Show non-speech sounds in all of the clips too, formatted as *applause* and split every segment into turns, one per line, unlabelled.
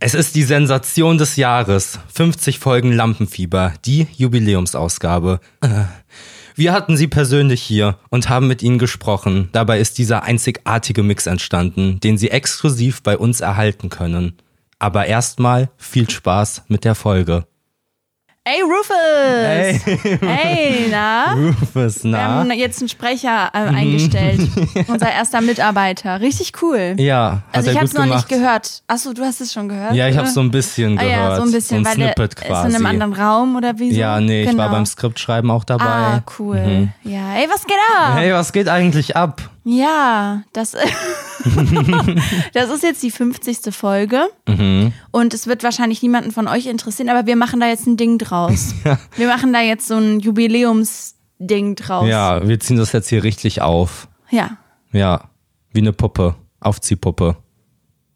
Es ist die Sensation des Jahres. 50 Folgen Lampenfieber, die Jubiläumsausgabe. Äh. Wir hatten sie persönlich hier und haben mit ihnen gesprochen. Dabei ist dieser einzigartige Mix entstanden, den sie exklusiv bei uns erhalten können. Aber erstmal viel Spaß mit der Folge.
Ey, Rufus!
Hey,
Hey, na?
Rufus,
Wir
na? Mhm.
haben ne- jetzt einen Sprecher äh, eingestellt.
*laughs*
Unser erster Mitarbeiter. Richtig cool.
Ja, hat
also
er
ich
gut
hab's noch
gemacht.
nicht gehört. Achso, du hast es schon gehört?
Ja, ich habe
oder?
so ein bisschen
Ah
gehört.
ja, so ein bisschen,
so ein
weil der
Snippet quasi.
ist in einem anderen Raum oder wie so?
ja, nee, ich war
Genau.
beim Mhm. Skriptschreiben auch dabei.
Ah, cool. Ja, ey, was geht ab?
Hey, was geht eigentlich ab?
Ja, das, *laughs* das ist jetzt die 50. Folge.
Mhm.
Und es wird wahrscheinlich niemanden von euch interessieren, aber wir machen da jetzt ein
*laughs*
Ding draus. wir machen da jetzt so ein Jubiläumsding draus.
Ja, wir ziehen das jetzt hier richtig auf.
ja.
Ja, wie eine Puppe, Aufziehpuppe.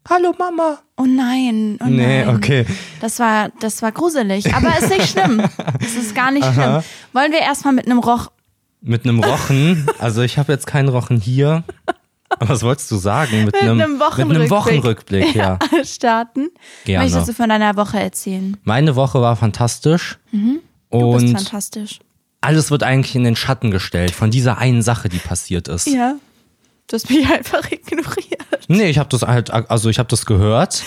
Hallo Mama.
Oh nein, oh
Nee,
nein.
okay.
Das war, das war gruselig. Aber ist
*laughs*
nicht schlimm. Es ist gar nicht schlimm. Wollen wir erstmal mit einem Roch. *laughs*
Mit einem Rochen. Also ich habe jetzt keinen Rochen hier. Aber was wolltest du sagen? Mit,
einem
Mit einem
Wochenrückblick.
Wochenrückblick, ja.
starten.
Gerne.
Möchtest du von deiner Woche erzählen?
Meine Woche war fantastisch.
Mhm. Du bist
Und
fantastisch.
alles wird eigentlich in den Schatten gestellt von dieser einen Sache, die passiert ist.
Ja. Du hast mich *laughs* einfach ignoriert.
Nee, ich habe das halt, also ich habe das gehört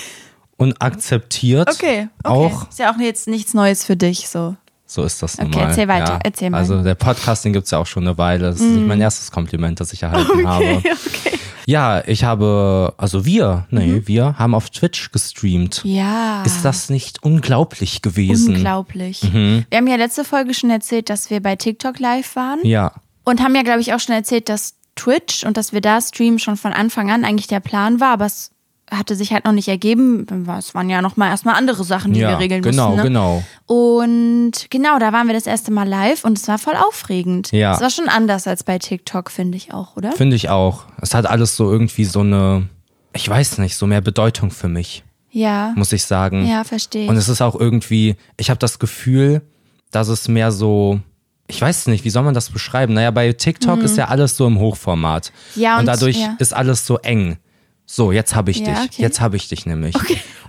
und akzeptiert.
Okay, okay.
Auch.
Ist ja auch jetzt nichts Neues für dich, so.
So ist das
Okay,
nun mal.
erzähl weiter,
ja.
erzähl mal. Mhm.
Also der Podcast, den gibt's ja auch schon eine Weile. Das ist nicht mein erstes Kompliment, das ich erhalten habe.
*laughs* okay. Mhm.
Ja, ich habe, also wir, nee, wir haben auf Twitch gestreamt.
Ja.
Ist das nicht unglaublich gewesen? Mhm.
unglaublich? Wir haben ja letzte Folge schon erzählt, dass wir bei TikTok live waren
Ja.
und haben ja, glaube ich, auch schon erzählt, dass Twitch und dass wir da streamen schon von Anfang an eigentlich der Plan war, aber es hatte sich halt noch nicht ergeben. Es waren ja nochmal erstmal andere Sachen, die
ja,
wir regeln
genau,
mussten. Ne?
genau.
Und genau, da waren wir das erste Mal live und es war voll aufregend.
Ja.
Es war schon anders als bei TikTok, finde ich auch, oder?
Finde ich auch. Es hat alles so irgendwie so eine, ich weiß nicht, so mehr Bedeutung für mich,
ja.
muss ich sagen.
Ja, verstehe.
Und es ist auch irgendwie, ich habe das Gefühl, dass es mehr so, ich weiß nicht, wie soll man das beschreiben? Naja, bei TikTok ist ja alles so im Hochformat.
Mhm. Ja,
und
und-
dadurch
ja.
ist alles so eng. So, jetzt habe ich
Ja,
dich.
okay.
Jetzt habe ich dich nämlich.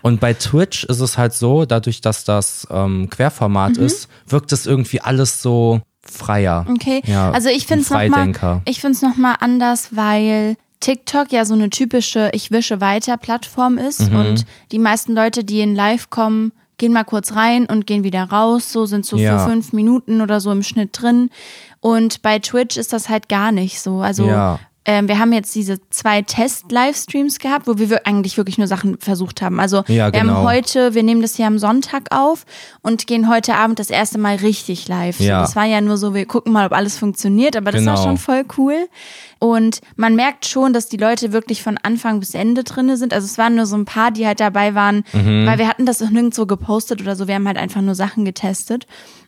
Und bei Twitch ist es halt so, dadurch, dass das ähm, Querformat
Mhm.
ist, wirkt es irgendwie alles so freier.
Okay.
Ja,
also ich finde es
Freidenker.
nochmal noch mal anders, weil TikTok ja so eine typische Ich wische weiter Plattform ist
Mhm.
und die meisten Leute, die in Live kommen, gehen mal kurz rein und gehen wieder raus. So sind so
Ja.
für fünf Minuten oder so im Schnitt drin. Und bei Twitch ist das halt gar nicht so. Also
Ja.
ähm, wir haben jetzt diese zwei Test-Livestreams gehabt, wo wir wir eigentlich wirklich nur Sachen versucht haben. Also
Ja,
wir haben
genau.
heute, wir nehmen das hier am Sonntag auf und gehen heute Abend das erste Mal richtig live.
Ja.
Das war war ja nur so, wir gucken mal, ob alles funktioniert, aber das
Genau.
war schon voll cool. Und man merkt schon, dass die Leute wirklich von Anfang bis Ende drin sind. Also es waren nur so ein paar, die halt dabei waren,
Mhm.
weil wir hatten das auch nirgendwo gepostet oder so, wir haben halt einfach nur Sachen getestet.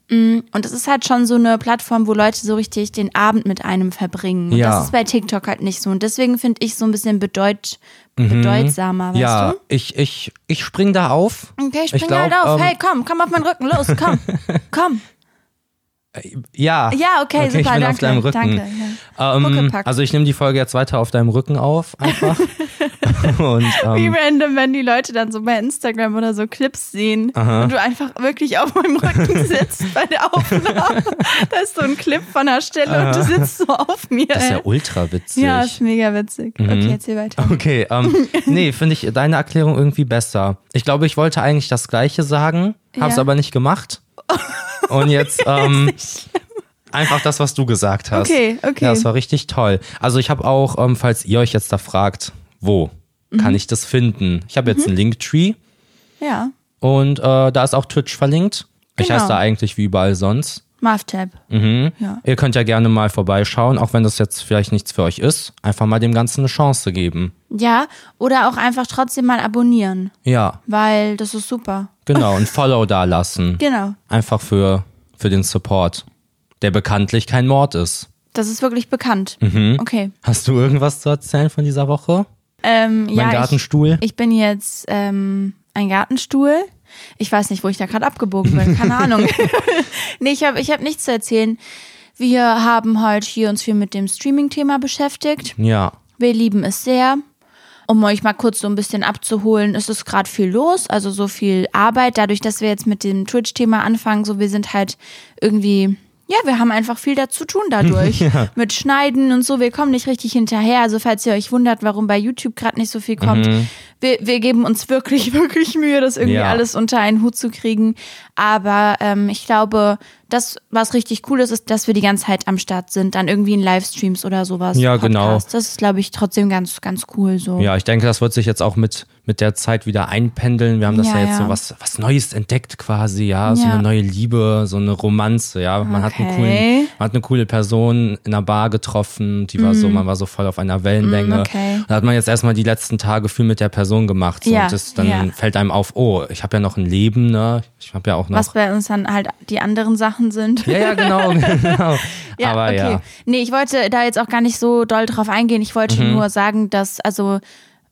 Mm, Und es ist halt schon so eine Plattform, wo Leute so richtig den Abend mit einem verbringen. Und
Ja.
Das ist bei TikTok halt nicht so. Und deswegen finde ich so ein bisschen bedeut bedeutsamer, weißt
Mhm. ja,
du?
ich, ich, ich spring da auf.
Okay, ich spring
glaub,
halt auf.
ähm,
hey, komm, komm auf meinen Rücken, los,
*laughs*
komm, komm.
Ja.
Ja, okay, super,
ich bin
danke.
auf deinem Rücken.
Danke, ja.
Ähm,
Huckepack.
also ich nehme die Folge jetzt weiter auf deinem Rücken auf,
*laughs*
einfach. und
Wie
ähm,
random, wenn die Leute dann so bei Instagram oder so Clips sehen und du einfach wirklich auf
*laughs*
meinem Rücken sitzt bei der Aufnahme. da ist so ein Clip von der Stelle und du sitzt so auf mir.
das ist ja
ey.
ultra witzig.
Äh, ja, ist mega witzig. Okay, erzähl weiter.
Okay,
*laughs*
ähm, nee, finde ich deine Erklärung irgendwie besser. Ich glaube, ich wollte eigentlich das Gleiche sagen, hab's
Ja.
aber nicht
*laughs*
gemacht. Und jetzt ähm, einfach das, was du gesagt hast.
Okay, okay.
Ja, das war richtig toll. Also ich habe auch, ähm, falls ihr euch jetzt da fragt, wo
Mhm.
kann ich das finden? Ich habe jetzt einen Linktree
Ja,
und äh, da ist auch Twitch verlinkt. Ich
Genau.
heiße da eigentlich wie überall sonst.
Marvtab.
Ihr könnt ja gerne mal vorbeischauen, auch wenn das jetzt vielleicht nichts für euch ist. Einfach mal dem Ganzen eine Chance geben.
Ja, oder auch einfach trotzdem mal abonnieren,
Ja,
weil das ist super.
genau. Und Follow da lassen.
Genau.
Einfach für, für den Support, der bekanntlich kein Mord ist.
Das ist wirklich bekannt.
Mhm.
Okay.
Hast du irgendwas zu erzählen von dieser Woche?
Ähm,
Mein
ja, ich,
Gartenstuhl?
Ich bin jetzt ähm, ein Gartenstuhl. Ich weiß nicht, wo ich da gerade abgebogen bin. Keine Ahnung. *laughs* nee, ich habe ich hab nichts zu erzählen. Wir haben heute hier uns viel mit dem Streaming-Thema beschäftigt.
ja.
Wir lieben es sehr. um euch mal kurz so ein bisschen abzuholen, ist es gerade viel los, also so viel Arbeit, dadurch, dass wir jetzt mit dem Twitch-Thema anfangen, so wir sind halt irgendwie ja, wir haben einfach viel dazu tun
*laughs*
dadurch. ja. Mit Schneiden und so, wir kommen nicht richtig hinterher. Also falls ihr euch wundert, warum bei YouTube gerade nicht so viel kommt, mhm. wir, wir geben uns wirklich, *laughs* wirklich Mühe, das irgendwie
Ja.
alles unter einen Hut zu kriegen. Aber ähm, ich glaube, das, was richtig cool ist, ist, dass wir die ganze Zeit am Start sind, dann irgendwie in Livestreams oder sowas.
Ja, genau.
Podcasts. Das ist, glaube ich, trotzdem ganz, ganz cool so.
Ja, ich denke, das wird sich jetzt auch mit, mit der Zeit wieder einpendeln. Wir haben das ja,
Ja,
jetzt so
ja.
was, was Neues entdeckt quasi, ja. So
Ja.
eine neue Liebe, so eine Romanze, ja. Man, hat einen coolen,
Okay.
man hat eine coole Person in einer Bar getroffen, die war so, man war so voll auf einer Wellenlänge.
Mm, Mhm. okay.
Da hat man jetzt erstmal die letzten Tage viel mit der Person gemacht. So.
Ja,
Und das, dann
ja.
fällt einem auf, oh, ich habe ja noch ein Leben, ne? Ich habe ja auch noch.
Was bei uns dann halt die anderen Sachen sind.
ja, ja, genau. *laughs* genau.
Ja,
Aber
okay.
ja.
Nee, ich wollte da jetzt auch gar nicht so doll drauf eingehen. Ich wollte
Mhm.
nur sagen, dass, also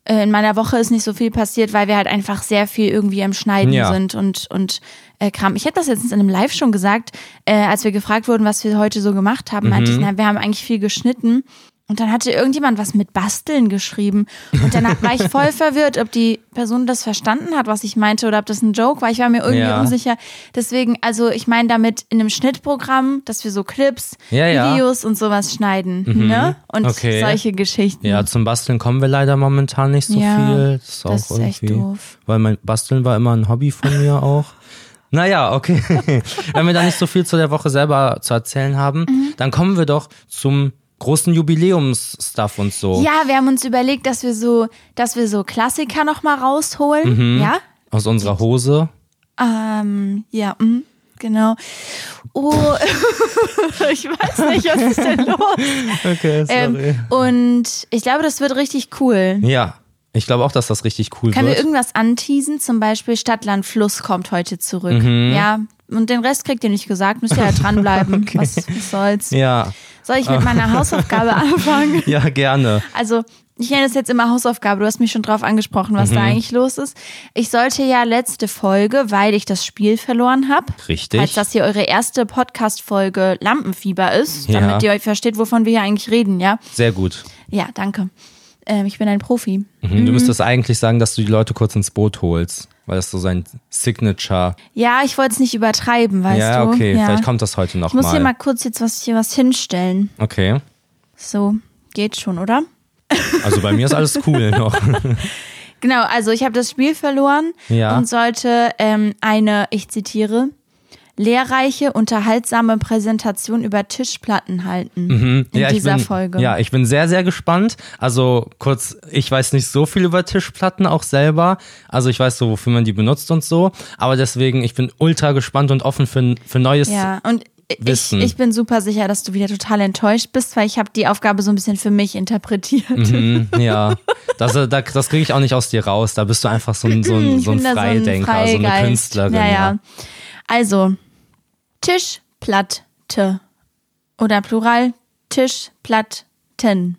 äh, in meiner Woche ist nicht so viel passiert, weil wir halt einfach sehr viel irgendwie am Schneiden
Ja.
sind und, und äh, Kram. Ich hätte das jetzt in einem Live schon gesagt, äh, als wir gefragt wurden, was wir heute so gemacht haben, meinte
Mhm.
ich, na, wir haben eigentlich viel geschnitten. Und dann hatte irgendjemand was mit Basteln geschrieben. Und dann war ich
*laughs*
voll verwirrt, ob die Person das verstanden hat, was ich meinte, oder ob das ein Joke war. Ich war mir irgendwie
Ja.
unsicher. Deswegen, also ich meine damit in einem Schnittprogramm, dass wir so Clips,
Ja, ja. Mhm.
Videos und sowas schneiden, ne? Und
Okay.
solche Geschichten.
Ja, zum Basteln kommen wir leider momentan nicht so
Mhm. Ja,
viel. Das ist auch
das ist
irgendwie,
echt doof.
Weil mein Basteln war immer ein Hobby von mir
*laughs*
auch. Naja, okay. *laughs* Wenn wir da nicht so viel zu der Woche selber zu erzählen haben,
Mhm.
dann kommen wir doch zum großen Jubiläums-Stuff und so.
Ja, wir haben uns überlegt, dass wir so, dass wir so Klassiker nochmal
Mhm.
rausholen. Ja?
Aus unserer Hose.
Ähm, ja, mhm, genau. Oh, *laughs* ich weiß nicht, was ist denn
*laughs*
los?
Okay,
Ähm, und ich glaube, das wird richtig cool.
ja, ich glaube auch, dass das richtig cool
Können wir
wird.
irgendwas anteasen? Zum Beispiel Stadtland Fluss kommt heute zurück.
Mhm.
Ja. Und den Rest kriegt ihr nicht gesagt, müsst ihr ja dranbleiben.
*laughs*
was, was soll's?
ja,
Soll ich
*laughs*
mit meiner Hausaufgabe anfangen?
ja, gerne.
Also, ich nenne das jetzt immer Hausaufgabe. Du hast mich schon drauf angesprochen, was da
Mhm.
eigentlich los ist. Ich sollte ja letzte Folge, weil ich das Spiel verloren habe.
Richtig.
Falls das hier eure erste Podcast-Folge Lampenfieber ist,
Ja.
damit ihr euch versteht, wovon wir hier eigentlich reden, ja?
Sehr gut.
Ja, danke. Ähm, ich bin ein Profi.
Mhm. Du müsstest eigentlich sagen, dass du die Leute kurz ins Boot holst, weil das so sein Signature.
Ja, ich wollte es nicht übertreiben, weißt
ja,
du?
okay, vielleicht kommt das heute noch
Ich muss
mal.
hier mal kurz jetzt was, hier was hinstellen.
Okay.
So, geht schon, oder?
Also bei mir ist alles
*laughs*
cool noch.
Genau, also ich habe das Spiel verloren
Ja.
und sollte ähm, eine, ich zitiere, lehrreiche, unterhaltsame Präsentation über Tischplatten halten in
Mhm. ja,
dieser
ich bin,
Folge.
Ja, ich bin sehr, sehr gespannt. Also kurz, ich weiß nicht so viel über Tischplatten auch selber. Also ich weiß so, wofür man die benutzt und so. Aber deswegen, ich bin ultra gespannt und offen für, für Neues. *laughs*
Ja, und ich,
Wissen.
ich bin super sicher, dass du wieder total enttäuscht bist, weil ich habe die Aufgabe so ein bisschen für mich interpretiert.
Mhm, ja. Das, äh, da, das kriege ich auch nicht aus dir raus. Da bist du einfach so ein, so ein,
Ich
so ein
bin da
Freidenker, so eine
Freigeist.
Künstlerin.
Ja, ja.
ja.
Also, Tischplatte oder Plural Tischplatten.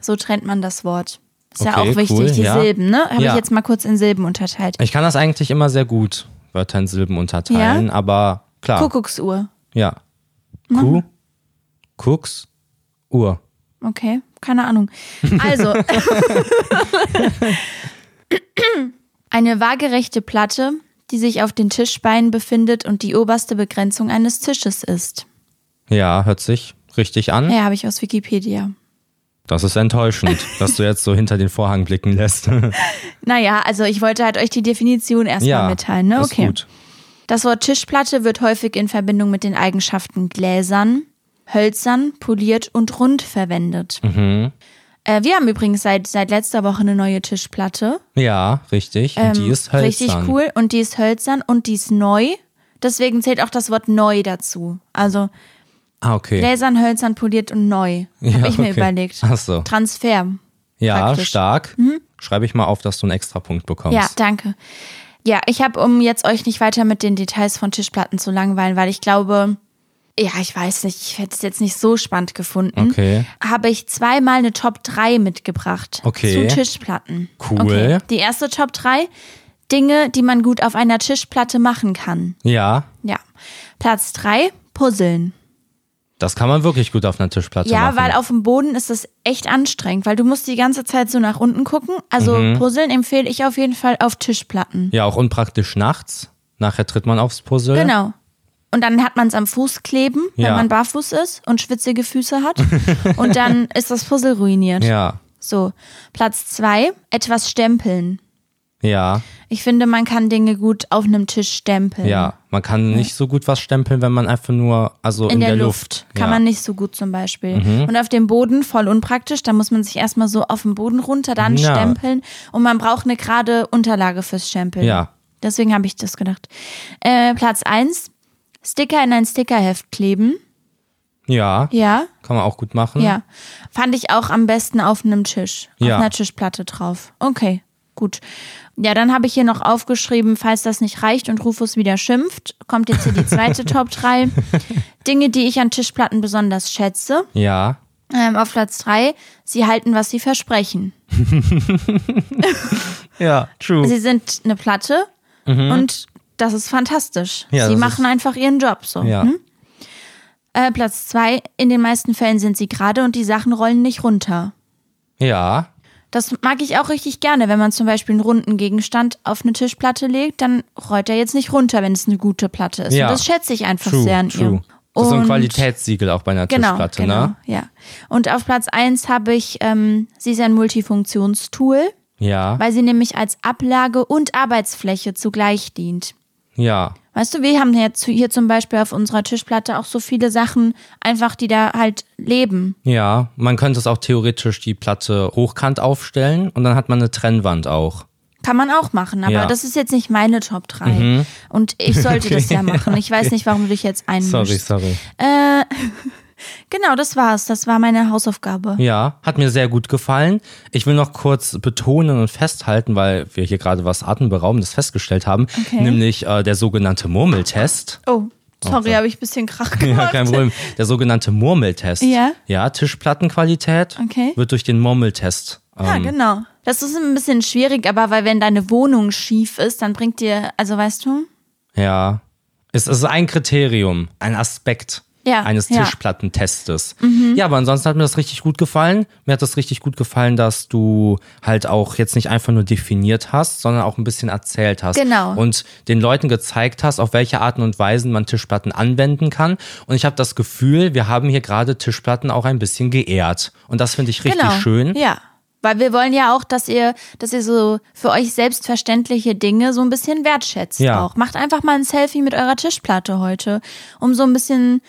So trennt man das Wort. Ist ja
Mhm. Okay,
auch wichtig,
cool,
die
ja.
Silben, ne? Habe
Ja.
ich jetzt mal kurz in Silben unterteilt.
Ich kann das eigentlich immer sehr gut, Wörter in Silben unterteilen, aber klar.
Kuckucksuhr.
Ja. Kuh, Kucks, Uhr.
Okay, keine Ahnung.
*laughs*
Also, eine waagerechte Platte, die sich auf den Tischbeinen befindet und die oberste Begrenzung eines Tisches ist.
Ja, hört sich richtig an.
Ja, habe ich aus Wikipedia.
Das ist
*laughs*
enttäuschend, dass du jetzt so hinter den Vorhang blicken lässt.
Naja, also ich wollte halt euch die Definition erstmal
ja,
mitteilen, ne?
ist
Okay.
gut.
Das Wort Tischplatte wird häufig in Verbindung mit den Eigenschaften gläsern, hölzern, poliert und rund verwendet.
Mhm.
Äh, wir haben übrigens seit, seit letzter Woche eine neue Tischplatte. Ähm,
Ja, richtig. Und die ist hölzern.
Richtig cool. Und die ist hölzern und die ist neu. Deswegen zählt auch das Wort neu dazu. Also
Ah, okay.
gläsern, hölzern, poliert und neu. Habe
Ja,
ich mir
okay.
überlegt.
Ach so.
Transfer.
Ja,
praktisch. Mhm.
stark. Schreibe ich mal auf, dass du einen Extrapunkt bekommst.
Ja, danke. Ja, ich habe, um jetzt euch nicht weiter mit den Details von Tischplatten zu langweilen, weil ich glaube, ja, ich weiß nicht, ich hätte es jetzt nicht so spannend gefunden.
Okay.
Habe ich zweimal eine Top 3 mitgebracht
Okay.
zu Tischplatten.
Cool.
Okay. Die erste Top 3, Dinge, die man gut auf einer Tischplatte machen kann.
Ja,
Ja. Platz 3, Puzzeln.
Das kann man wirklich gut auf einer Tischplatte
Ja,
machen.
weil auf dem Boden ist das echt anstrengend, weil du musst die ganze Zeit so nach unten gucken. Also
Mhm.
Puzzeln empfehle ich auf jeden Fall auf Tischplatten.
ja, auch unpraktisch nachts. Nachher tritt man aufs Puzzle.
Genau. Und dann hat man es am Fuß kleben, wenn
ne? Ja.
man barfuß ist und schwitzige
*laughs*
Füße hat. und dann ist das Puzzle ruiniert.
Ja,
So, Platz zwei, etwas stempeln.
ja,
Ich finde, man kann Dinge gut auf einem Tisch stempeln.
ja. Man kann nicht so gut was stempeln, wenn man einfach nur, also in,
Ähm, In der,
Luft.
Luft. Kann
ja. Mhm.
man nicht so gut zum Beispiel. Und auf dem Boden voll unpraktisch. Da muss man sich erstmal so auf den Boden runter, dann
Ja.
stempeln. Und man braucht eine gerade Unterlage fürs Stempeln.
Ja.
Deswegen habe ich das gedacht. Äh, Platz eins, Sticker in ein Stickerheft kleben.
Ja,
Ja.
kann man auch gut machen.
Ja. Fand ich auch am besten auf einem Tisch. Auf
ne? Ja.
einer Tischplatte drauf. Okay, gut. Ja, dann habe ich hier noch aufgeschrieben, falls das nicht reicht und Rufus wieder schimpft, kommt jetzt hier die
*laughs*
zweite Top 3. Dinge, die ich an Tischplatten besonders schätze.
Ja.
Ähm, auf Platz 3, sie halten, was sie versprechen.
Ja, true.
Sie sind eine Platte und das ist fantastisch.
Mhm. Ja,
sie
das
machen
ist-
einfach ihren Job so.
ja.
Hm? Äh, Platz 2, in den meisten Fällen sind sie gerade und die Sachen rollen nicht runter.
ja.
Das mag ich auch richtig gerne, wenn man zum Beispiel einen runden Gegenstand auf eine Tischplatte legt, dann rollt er jetzt nicht runter, wenn es eine gute Platte ist.
Ja.
Und das schätze ich einfach
True,
sehr an
true.
ihr.
Das ist so ein
Und-
Qualitätssiegel auch bei einer
Genau,
Tischplatte,
genau,
ne?
ja. Und auf Platz eins habe ich, ähm, sie ist ein Multifunktionstool,
Ja.
weil sie nämlich als Ablage und Arbeitsfläche zugleich dient.
Ja.
Weißt du, wir haben ja zu- hier zum Beispiel auf unserer Tischplatte auch so viele Sachen, einfach die da halt leben.
Ja. Man könnte es auch theoretisch die Platte hochkant aufstellen und dann hat man eine Trennwand auch.
Kann man auch machen, aber
Ja. Mhm.
das ist jetzt nicht meine Top 3. Und ich sollte
*laughs*
das ja machen. Ich weiß nicht, warum du dich jetzt einmischst.
Sorry, sorry.
Genau, das war's. Das war meine Hausaufgabe.
Ja, hat mir sehr gut gefallen. Ich will noch kurz betonen und festhalten, weil wir hier gerade was Atemberaubendes festgestellt haben,
Okay.
nämlich äh, der sogenannte Murmeltest.
Oh, sorry, habe ich ein bisschen Krach gemacht.
Ja, kein Problem. Der sogenannte Murmeltest.
Ja.
Ja, Tischplattenqualität
Okay.
wird durch den Murmeltest. Ähm,
Ja, genau. Das ist ein bisschen schwierig, aber weil wenn deine Wohnung schief ist, dann bringt dir, also weißt du?
Ja. Es ist ein Kriterium, ein Aspekt
Ja,
eines
ja. Mhm.
Tischplattentestes. Ja, aber ansonsten hat mir das richtig gut gefallen. Mir hat das richtig gut gefallen, dass du halt auch jetzt nicht einfach nur definiert hast, sondern auch ein bisschen erzählt hast.
Genau.
Und den Leuten gezeigt hast, auf welche Arten und Weisen man Tischplatten anwenden kann. Und ich habe das Gefühl, wir haben hier gerade Tischplatten auch ein bisschen geehrt. Und das finde ich richtig
Genau.
schön.
Ja. Weil wir wollen ja auch, dass ihr, dass ihr so für euch selbstverständliche Dinge so ein bisschen wertschätzt
Ja.
auch. Macht einfach mal ein Selfie mit eurer Tischplatte heute, um so ein bisschen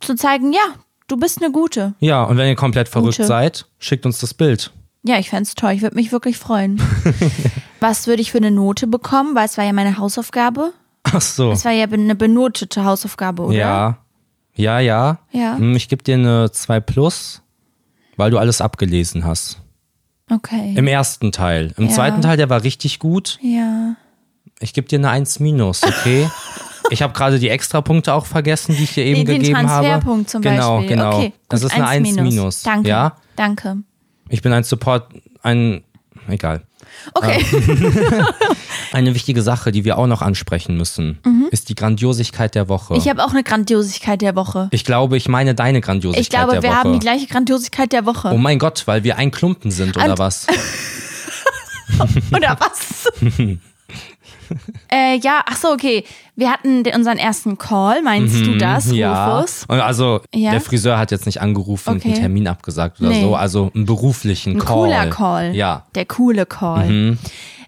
zu zeigen, ja, du bist eine gute.
Ja, und wenn ihr komplett verrückt
Gute.
seid, schickt uns das Bild. *laughs*
Ja, ich fänd's toll. Ich würde mich wirklich freuen. Was würde ich für eine Note bekommen? Weil es war ja meine Hausaufgabe.
Ach so.
Es war ja be- eine benotete Hausaufgabe, oder?
Ja. Ja, ja.
Ja.
Hm, Ich gebe dir eine 2 plus, weil du alles abgelesen hast.
Okay.
Im ersten Teil. Im
Ja.
zweiten Teil, der war richtig gut.
ja.
Ich gebe dir eine 1 minus,
*laughs*
okay? ich habe gerade die Extrapunkte auch vergessen, die ich dir eben
Den, den
gegeben habe.
Transferpunkt zum
genau,
Beispiel.
Genau,
Okay, gut,
Das ist eine 1 minus.
Danke.
Ja?
Danke.
Ich bin ein Support, ein. Egal. Ähm.
Okay.
Eine wichtige Sache, die wir auch noch ansprechen müssen, ist die Grandiosigkeit der Woche.
Mhm. Ich habe auch eine Grandiosigkeit der Woche.
ich glaube, ich meine deine Grandiosigkeit
Ich glaube,
der
wir
Woche.
haben die gleiche Grandiosigkeit der Woche.
Oh mein Gott, weil wir ein Klumpen sind, oder
Und-
was?
*laughs* Oder
*laughs*
was? äh, ja, ach so, okay. Wir hatten den- unseren ersten Call. Meinst du das,
Mhm, Ja.
Rufus?
Und also,
Ja?
der Friseur hat jetzt nicht angerufen und
Okay.
einen Termin abgesagt oder
Nee.
so. Also einen beruflichen
Ein
Call.
cooler Call.
Ja. Mhm.
Der coole Call.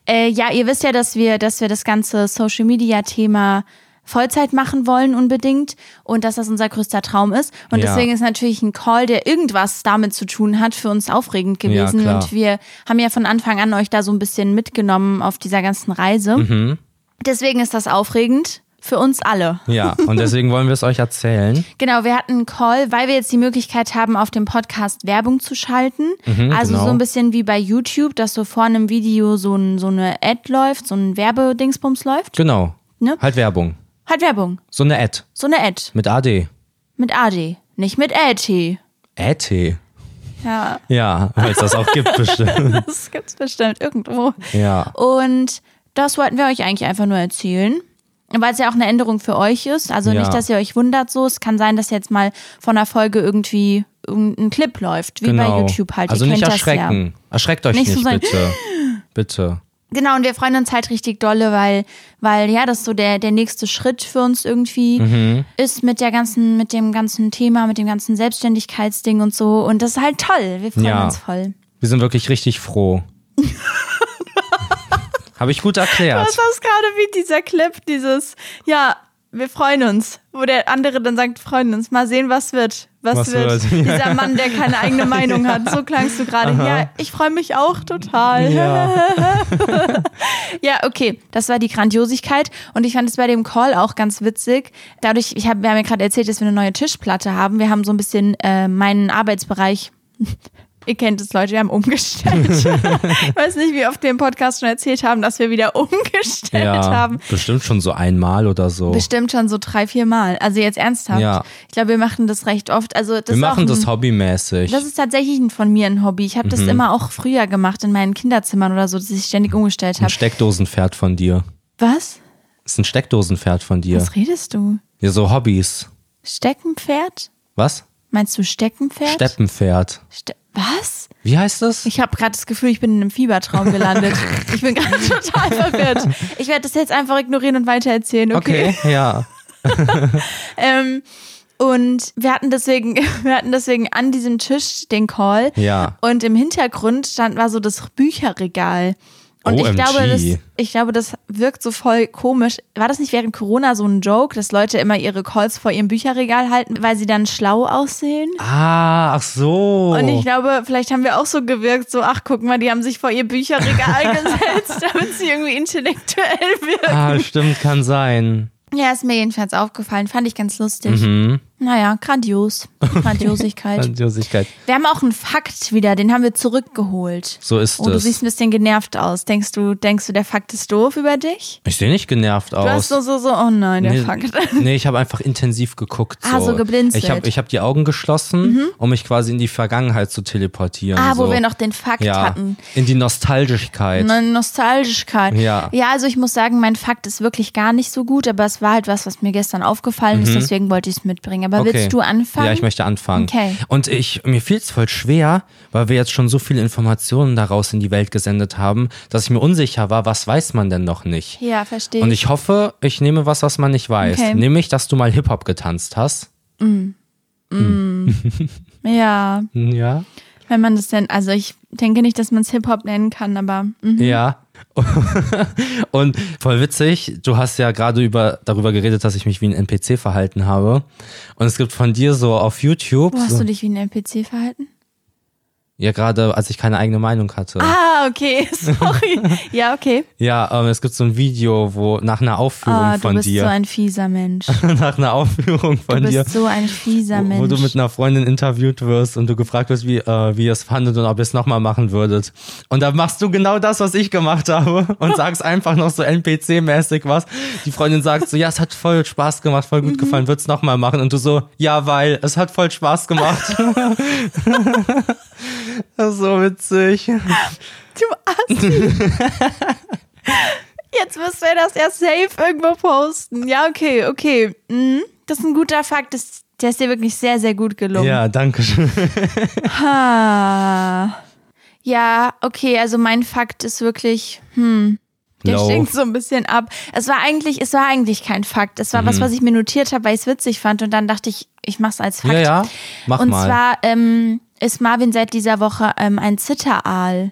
Äh, ja, ihr wisst ja, dass wir, dass wir das ganze Social Media Thema Vollzeit machen wollen unbedingt und dass das unser größter Traum ist. Und
Ja.
deswegen ist natürlich ein Call, der irgendwas damit zu tun hat, für uns aufregend gewesen.
klar.
und wir haben ja von Anfang an euch da so ein bisschen mitgenommen auf dieser ganzen Reise.
Mhm.
Deswegen ist das aufregend für uns alle.
Ja. Und deswegen wollen wir es euch
*laughs*
erzählen.
Genau, wir hatten einen Call, weil wir jetzt die Möglichkeit haben, auf dem Podcast Werbung zu schalten. also
genau.
so ein bisschen wie bei YouTube, dass so vor einem Video so, ein, so eine Ad läuft, so ein Werbedingsbums läuft.
Genau.
Ne?
Halt Werbung.
Halt Werbung.
So eine Ad.
So eine Ad.
Mit AD.
Mit AD. Nicht mit AT.
Ad.
Ja,
Ja, weil es das auch
*laughs*
gibt, bestimmt.
das gibt's bestimmt irgendwo.
Ja.
Und das wollten wir euch eigentlich einfach nur erzählen. weil es ja auch eine Änderung für euch ist. Also
Ja.
nicht, dass ihr euch wundert so. Es kann sein, dass jetzt mal von einer Folge irgendwie irgendein Clip läuft, wie bei YouTube halt.
Also
ihr
nicht
kennt Das ja.
erschrecken. Erschreckt euch
Nicht
nicht,
so sein-
bitte. Bitte.
Genau, und wir freuen uns halt richtig dolle, weil, weil ja, das so der, der nächste Schritt für uns irgendwie
Mhm.
ist mit der ganzen, mit dem ganzen Thema, mit dem ganzen Selbstständigkeitsding und so. Und das ist halt toll. Wir freuen
Ja.
uns voll.
Wir sind wirklich richtig
*laughs*
froh. Habe ich gut erklärt.
Das ist gerade wie dieser Clip, dieses, ja, wir freuen uns, wo der andere dann sagt, freuen uns, mal sehen, was wird. Was,
Was
wird?
wird? *laughs*
Dieser Mann, der keine eigene Meinung hat. So klangst du gerade. Ja, ich freue mich auch total.
Ja.
Ja, okay, das war die Grandiosigkeit und ich fand es bei dem Call auch ganz witzig. Dadurch, ich hab, wir haben ja gerade erzählt, dass wir eine neue Tischplatte haben. Wir haben so ein bisschen äh, meinen Arbeitsbereich. *laughs* Ihr kennt es, Leute, wir
*laughs*
haben umgestellt. ich weiß nicht, wie oft wir im Podcast schon erzählt haben, dass wir wieder *laughs* umgestellt
ja.
haben.
Bestimmt schon so einmal oder so.
Bestimmt schon so drei, vier Mal. Also jetzt ernsthaft.
Ja.
Ich glaube, wir machen das recht oft. Also das
Wir
ist auch
machen
ein,
das Mhm. hobbymäßig.
das ist tatsächlich ein, von mir ein Hobby. Ich habe das immer auch früher gemacht in meinen Kinderzimmern oder so, dass ich ständig umgestellt
ein
habe.
Steckdosenpferd von dir.
Was?
Das ist ein Steckdosenpferd von dir.
Was redest du?
Ja, so Hobbys.
Steckenpferd?
Was?
Meinst du Steckenpferd?
Steppenpferd.
Ste Was?
Wie heißt das?
Ich habe gerade das Gefühl, ich bin in einem Fiebertraum *laughs* gelandet. ich bin gerade total verwirrt. Ich werde das jetzt einfach ignorieren und weitererzählen, okay? *laughs*
Okay, ja.
Ähm, und wir hatten deswegen, *laughs* wir hatten deswegen an diesem Tisch den Call.
Ja.
Und im Hintergrund stand war so das Bücherregal. Und ich
OMG.
glaube, das, ich glaube, das wirkt so voll komisch. War das nicht während Corona so ein Joke, dass Leute immer ihre Calls vor ihrem Bücherregal halten, weil sie dann schlau aussehen?
Ah, ach so.
Und ich glaube, vielleicht haben wir auch so gewirkt, so, ach, guck mal, die haben sich vor ihr
*laughs*
Bücherregal gesetzt, damit sie irgendwie intellektuell wirken.
ah, stimmt, kann
*laughs*
sein.
Ja, ist mir jedenfalls aufgefallen. Fand ich ganz lustig.
Mhm.
Naja, grandios.
*laughs*
Grandiosigkeit.
Grandiosigkeit.
wir haben auch einen Fakt wieder, den haben wir zurückgeholt.
So ist
Oh, du
es.
siehst ein bisschen genervt aus. Denkst du, denkst du, der Fakt ist doof über dich?
Ich sehe nicht genervt
Du hast
aus.
so, so, so, oh nein, der Fakt. *laughs*
nee, ich habe einfach intensiv geguckt. So.
Ah, so geblinzelt. Mhm.
Ich habe ich hab die Augen geschlossen, um mich quasi in die Vergangenheit zu teleportieren.
Ah, wo
so.
wir noch den Fakt
Also ja,
hatten.
In die Nostalgischkeit.
Eine Nostalgischkeit.
Ja.
ja, also ich muss sagen, mein Fakt ist wirklich gar nicht so gut, aber es war halt was, was mir gestern aufgefallen ist, deswegen wollte ich es mitbringen. Aber
Mhm. Okay.
willst du anfangen?
Ja, ich möchte anfangen.
Okay.
Und ich, mir fiel es voll schwer, weil wir jetzt schon so viele Informationen daraus in die Welt gesendet haben, dass ich mir unsicher war, was weiß man denn noch nicht.
Ja, verstehe.
Und ich hoffe, ich nehme was, was man nicht weiß.
Okay.
Nämlich, dass du mal Hip-Hop getanzt hast.
ja,
Ja.
wenn man das denn, also ich denke nicht, dass man es Hip-Hop nennen kann, aber mhm.
Ja. *laughs* Und voll witzig, du hast ja gerade über, darüber geredet, dass ich mich wie ein NPC verhalten habe. Und es gibt von dir so auf YouTube,
wo hast
so,
du dich wie ein NPC verhalten?
ja gerade als ich keine eigene Meinung hatte.
Ah, okay, *laughs* sorry. ja, okay.
Ja, ähm, es gibt so ein Video, wo nach einer Aufführung
Ah, du
von
bist
dir,
so ein
*laughs*
fieser Mensch.
nach einer Aufführung
Du
von dir,
bist so ein fieser
wo, wo
Mensch.
du mit einer Freundin interviewt wirst und du gefragt wirst, wie, äh, wie ihr es fandet und ob ihr es nochmal machen würdet. Und dann machst du genau das, was ich gemacht habe *laughs* und sagst einfach noch so NPC-mäßig was. Die Freundin sagt so, ja, es hat voll Spaß gemacht, voll gut gefallen, würd's nochmal machen? Und du so, ja, weil es hat voll Spaß *laughs* gemacht. das ist so witzig.
Du Assi.
*laughs*
Jetzt müssen wir das ja safe irgendwo posten. Ja, okay, okay. Mhm. Das ist ein guter Fakt. Das, der ist dir wirklich sehr, sehr gut gelungen.
Ja, danke schön.
Ah. Ja, okay, also mein Fakt ist wirklich, hm. Der
Low.
stinkt so ein bisschen ab. Es war eigentlich, es war eigentlich kein Fakt. Es war
Mhm.
was, was ich mir notiert habe, weil ich es witzig fand. Und dann dachte ich, ich mach's als Fakt.
Ja, ja, mach
Und
mal.
zwar ähm, ist Marvin seit dieser Woche ähm, ein Zitteraal.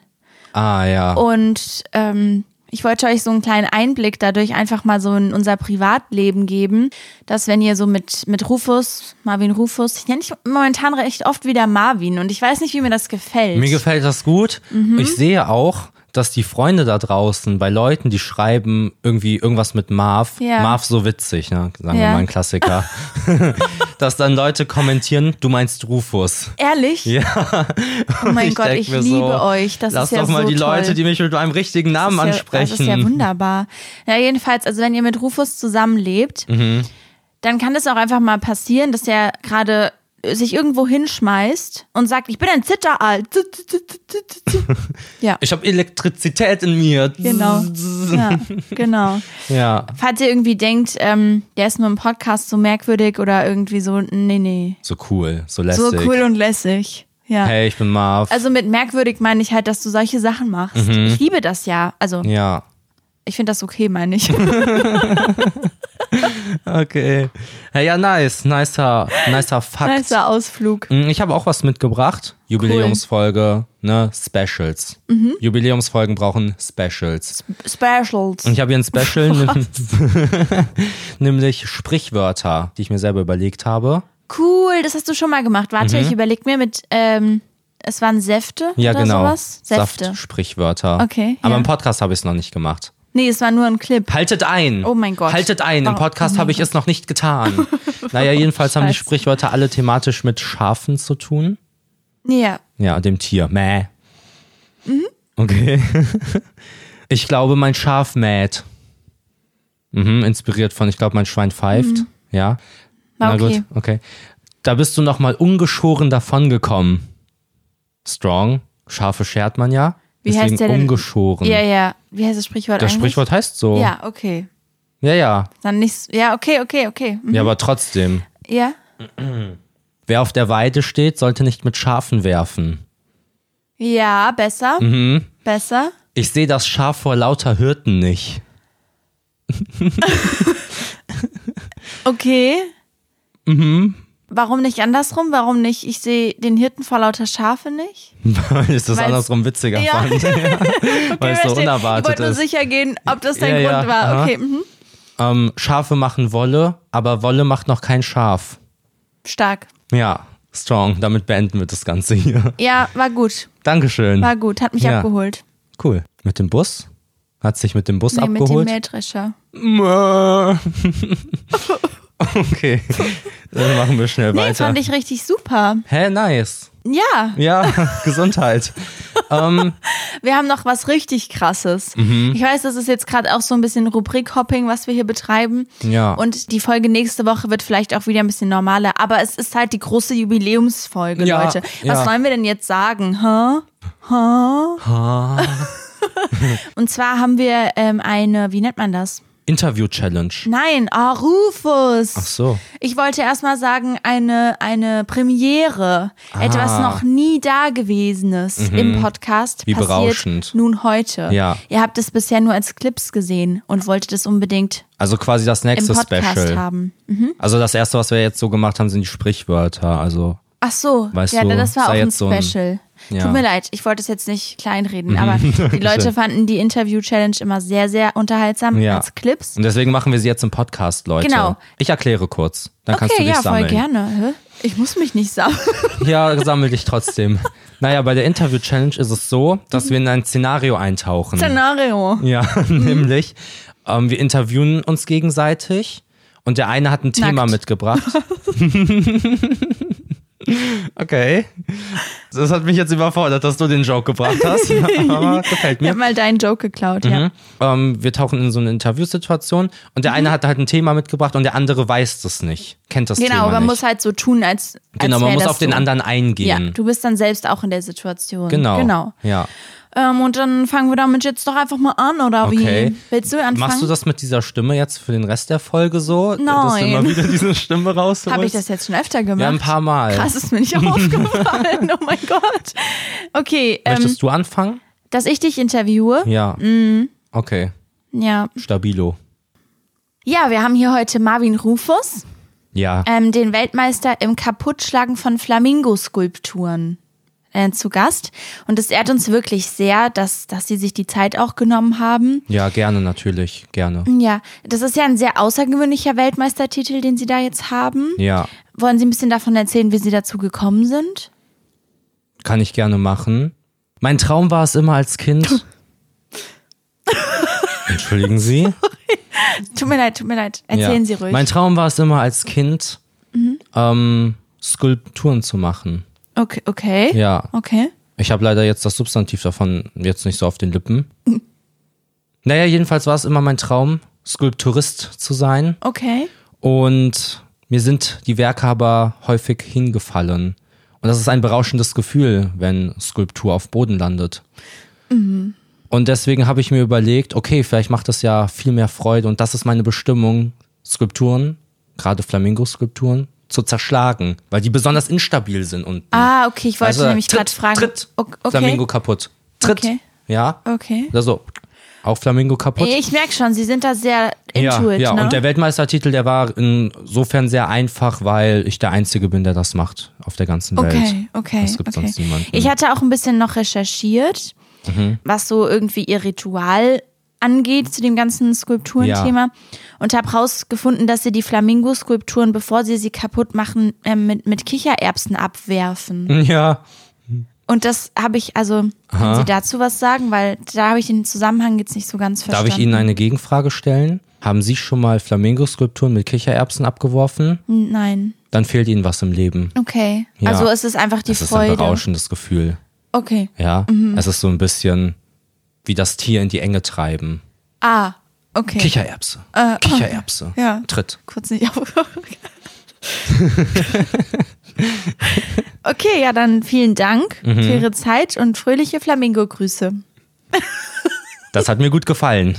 ah, ja.
Und ähm, ich wollte euch so einen kleinen Einblick dadurch einfach mal so in unser Privatleben geben, dass wenn ihr so mit, mit Rufus, Marvin Rufus, ich nenne dich momentan recht oft wieder Marvin und ich weiß nicht, wie mir das gefällt.
Mir gefällt das gut.
Mhm.
Ich sehe auch, dass die Freunde da draußen bei Leuten, die schreiben irgendwie irgendwas mit Marv,
Ja.
Marv so witzig, ne? sagen wir
Ja.
mal ein Klassiker,
*laughs*
*laughs* dass dann Leute kommentieren, du meinst Rufus.
Ehrlich? Ja.
*laughs*
Oh mein
Ich
Gott,
denk
ich
mir
liebe
so,
euch. Das
Lass
ist ja
doch mal
so
die
toll.
Leute, die mich mit meinem richtigen Namen
Das ist
ansprechen.
Ja, das ist ja wunderbar. Ja, jedenfalls, also wenn
Mhm.
ihr mit Rufus zusammenlebt, dann kann es auch einfach mal passieren, dass er gerade äh, sich irgendwo hinschmeißt und sagt, ich bin ein Zitteral. Zit, zit, zit, zit, zit, zit.
*laughs*
Ja,
Ich habe Elektrizität in mir. *laughs*
genau. Ja, genau.
Ja.
Falls ihr irgendwie denkt, ähm, der ist nur im Podcast so merkwürdig oder irgendwie so, nee, nee.
So cool, so lässig.
So cool und lässig. Ja.
Hey, ich bin Marv.
Also mit merkwürdig meine ich halt, dass du solche Sachen machst. Ich liebe das ja. Also
Mhm. ja.
ich finde das okay,
*laughs*
meine ich.
Okay. Hey, ja, nice. Nicer, nicer Fakt.
Nicer Ausflug.
Mm, Ich habe auch was mitgebracht. Jubiläumsfolge, ne? Specials.
Mhm.
Jubiläumsfolgen brauchen Specials.
Specials.
Und ich habe hier ein *laughs* Special, nämlich- *laughs* nämlich Sprichwörter, die ich mir selber überlegt habe.
Cool, das hast du schon mal gemacht. Warte, ich überlege mir mit, ähm, es waren Säfte
Mhm. Ja,
oder
genau.
sowas? Säfte.
Sprichwörter.
Okay,
Aber
ja.
im Podcast habe ich es noch nicht gemacht.
Nee, es war nur ein Clip.
Haltet ein.
Oh mein Gott.
Haltet ein. Im
Oh,
Podcast habe ich es noch nicht
*laughs*
getan. naja, jedenfalls haben die
Scheiße.
Sprichwörter alle thematisch mit Schafen zu tun.
Ja,
Ja, dem Tier. Mäh. Mhm. Okay. *laughs* Ich glaube, mein Schaf mäht. Mhm, inspiriert von, ich glaube, mein Schwein pfeift. Ja.
Na,
Na
Mhm. okay.
gut, okay. Da bist du nochmal ungeschoren davongekommen. Strong. Schafe schert man ja.
Wie heißt
Deswegen
der denn?
ungeschoren.
ja, ja. Wie heißt das Sprichwort
Das
eigentlich?
Sprichwort heißt so.
Ja, okay.
ja. Ja,
Dann nichts. Ja, okay, okay, okay. Mhm.
ja aber trotzdem.
Ja.
Wer auf der Weide steht, sollte nicht mit Schafen werfen.
Ja, besser.
Mhm.
Besser.
Ich sehe das Schaf vor lauter Hirten nicht.
Okay. Mhm.
Mhm.
Warum nicht andersrum? Warum nicht? Ich sehe den Hirten vor lauter Schafe nicht.
Weil ich das
Weil's-
andersrum witziger
Ja. *laughs*
fand. *laughs* Ja. Weil es so
verstehe. Ich
unerwartet
wollte nur
ist.
sicher gehen, ob das dein
Ja, ja,
Grund war.
aha.
Okay. Mhm.
Ähm, Schafe machen Wolle, aber Wolle macht noch kein Schaf.
Stark.
Ja, strong. Damit beenden wir das Ganze hier. *laughs*
Ja, war gut.
Dankeschön.
War gut. Hat mich
Ja.
abgeholt.
Cool. Mit dem Bus? Hat sich mit dem Bus
Nee, mit dem
abgeholt?
Mähdrescher.
Mäh. *laughs*
*laughs*
okay. Dann machen wir schnell
Nee,
weiter.
fand ich richtig super.
Hä, nice.
Ja,
Ja, *laughs* Gesundheit.
wir haben noch was richtig krasses.
Mhm.
Ich weiß, das ist jetzt gerade auch so ein bisschen Rubrik-Hopping, was wir hier betreiben.
Ja.
Und die Folge nächste Woche wird vielleicht auch wieder ein bisschen normaler. Aber es ist halt die große Jubiläumsfolge,
Ja,
Leute. Was
ja.
sollen wir denn jetzt sagen? Hä? Hä? *laughs* Und zwar haben wir ähm, eine, wie nennt man das?
Interview-Challenge.
Nein, ah, Rufus.
Ach so.
Ich wollte erstmal sagen, eine, eine Premiere.
Ah.
Etwas noch nie Dagewesenes im Podcast
Mhm. Wie
passiert
berauschend.
nun heute.
Ja.
Ihr habt es bisher nur als Clips gesehen und wolltet es unbedingt
Also quasi das
im
nächste
Podcast
Special.
haben. Mhm.
Also das erste, was wir jetzt so gemacht haben, sind die Sprichwörter. Also
Ach so,
Weißt
ja,
du,
das war
sei
auch ein
jetzt so ein-
Special.
Ja. Mhm.
Tut mir leid, ich wollte es jetzt nicht
*laughs*
kleinreden, aber die Leute fanden die Interview-Challenge immer sehr, sehr unterhaltsam
Ja.
als Clips.
und deswegen machen wir sie jetzt im Podcast, Leute.
Genau.
Ich erkläre kurz, dann kannst du
okay,
dich
ja,
sammeln.
voll gerne. Hä? Ich muss mich
*laughs*
nicht sammeln.
Ja, sammel dich
*laughs*
trotzdem. naja, bei der Interview Challenge ist es so, dass wir in ein Szenario eintauchen.
Szenario.
ja, *laughs*
Mhm.
nämlich ähm, wir interviewen uns gegenseitig und der eine hat ein Thema
Nackt. *laughs*
mitgebracht. okay. Das hat mich jetzt überfordert, dass du den Joke gebracht
*laughs*
hast. Aber gefällt
Ich
mir.
hab mal deinen Joke geklaut, ja.
Ähm, wir tauchen in so eine Interviewsituation und
Mhm.
der eine hat halt ein Thema mitgebracht und der andere weiß das nicht, kennt das
Genau,
Thema
man
nicht.
muss halt so tun, als, als
genau, man
wär
muss
das
auf den
so.
anderen
Ja,
eingehen.
du bist dann selbst auch in der Situation.
genau.
genau.
Ja.
Ähm, und dann fangen wir damit jetzt doch einfach mal an, oder
Okay.
wie? Willst du anfangen?
Machst du das mit dieser Stimme jetzt für den Rest der Folge so, dass du
Nein.
immer wieder diese Stimme rausholst?
Habe ich das jetzt schon öfter gemacht?
Ja, ein paar Mal.
Krass, ist
*laughs*
mir nicht aufgefallen. Oh mein Gott. Okay, ähm,
Möchtest du anfangen?
dass ich dich interviewe.
Ja.
Mhm.
Okay,
Ja.
stabilo.
Ja, wir haben hier heute Marvin Rufus,
Ja.
ähm, den Weltmeister im Kaputtschlagen von Flamingo-Skulpturen. äh, zu Gast und es ehrt uns wirklich sehr, dass, dass sie sich die Zeit auch genommen haben.
Ja, gerne natürlich, gerne.
Ja, das ist ja ein sehr außergewöhnlicher Weltmeistertitel, den Sie da jetzt haben.
Ja,
Wollen Sie ein bisschen davon erzählen, wie Sie dazu gekommen sind?
kann ich gerne machen. Mein Traum war es immer als
*laughs*
Kind. Entschuldigen Sie.
Tut mir leid, tut mir leid. Erzählen
Ja.
Sie ruhig. Mhm.
Mein Traum war es immer als Kind, ähm, Skulpturen zu machen.
okay, okay.
Ja.
Okay.
Ich habe leider jetzt das Substantiv davon jetzt nicht so auf den
*laughs*
Lippen. Naja, jedenfalls war es immer mein Traum, Skulpturist zu sein.
Okay.
Und Mir sind die Werke aber häufig hingefallen. Und das ist ein berauschendes Gefühl, wenn Skulptur auf Boden landet.
Mhm.
Und deswegen habe ich mir überlegt, okay, vielleicht macht das ja viel mehr Freude und das ist meine Bestimmung, Skulpturen, gerade Flamingo-Skulpturen, zu zerschlagen, weil die besonders instabil sind unten.
Ah, okay, ich wollte
Also,
nämlich
tritt,
gerade fragen.
Tritt,
O- okay.
Flamingo kaputt. Tritt,
Okay.
ja.
Okay.
Oder so, auch Flamingo kaputt.
Ich merke schon, sie sind da sehr
ja,
into it,
ja.
ne?
und der Weltmeistertitel, der war insofern sehr einfach, weil ich der Einzige bin, der das macht auf der ganzen Welt.
Okay, okay.
Das gibt
okay.
sonst niemanden. Mhm.
Ich hatte auch ein bisschen noch recherchiert, was so irgendwie ihr Ritual angeht zu dem ganzen Skulpturenthema und habe herausgefunden, dass sie die Flamingo-Skulpturen, bevor sie sie kaputt machen, ähm, mit, mit Kichererbsen
*laughs*
abwerfen.
ja,
Und das habe ich, also, können Sie dazu was sagen? Weil da habe ich den Zusammenhang jetzt nicht so ganz verstanden.
Darf ich Ihnen eine Gegenfrage stellen? Haben Sie schon mal Flamingo-Skulpturen mit Kichererbsen abgeworfen?
Nein.
Dann fehlt Ihnen was im Leben.
Okay.
Ja.
Also es ist einfach die
Das ist ein
Freude. Mhm.
berauschendes Gefühl.
Okay.
Ja, es ist so ein bisschen wie das Tier in die Enge treiben.
Ah, okay. Äh, ah,
Kichererbse. Kichererbse.
Ja.
Tritt.
kurz nicht auf. *laughs* okay, ja, dann vielen Dank
Mhm.
für Ihre Zeit und fröhliche Flamingo-Grüße.
Das hat mir gut
*laughs*
gefallen.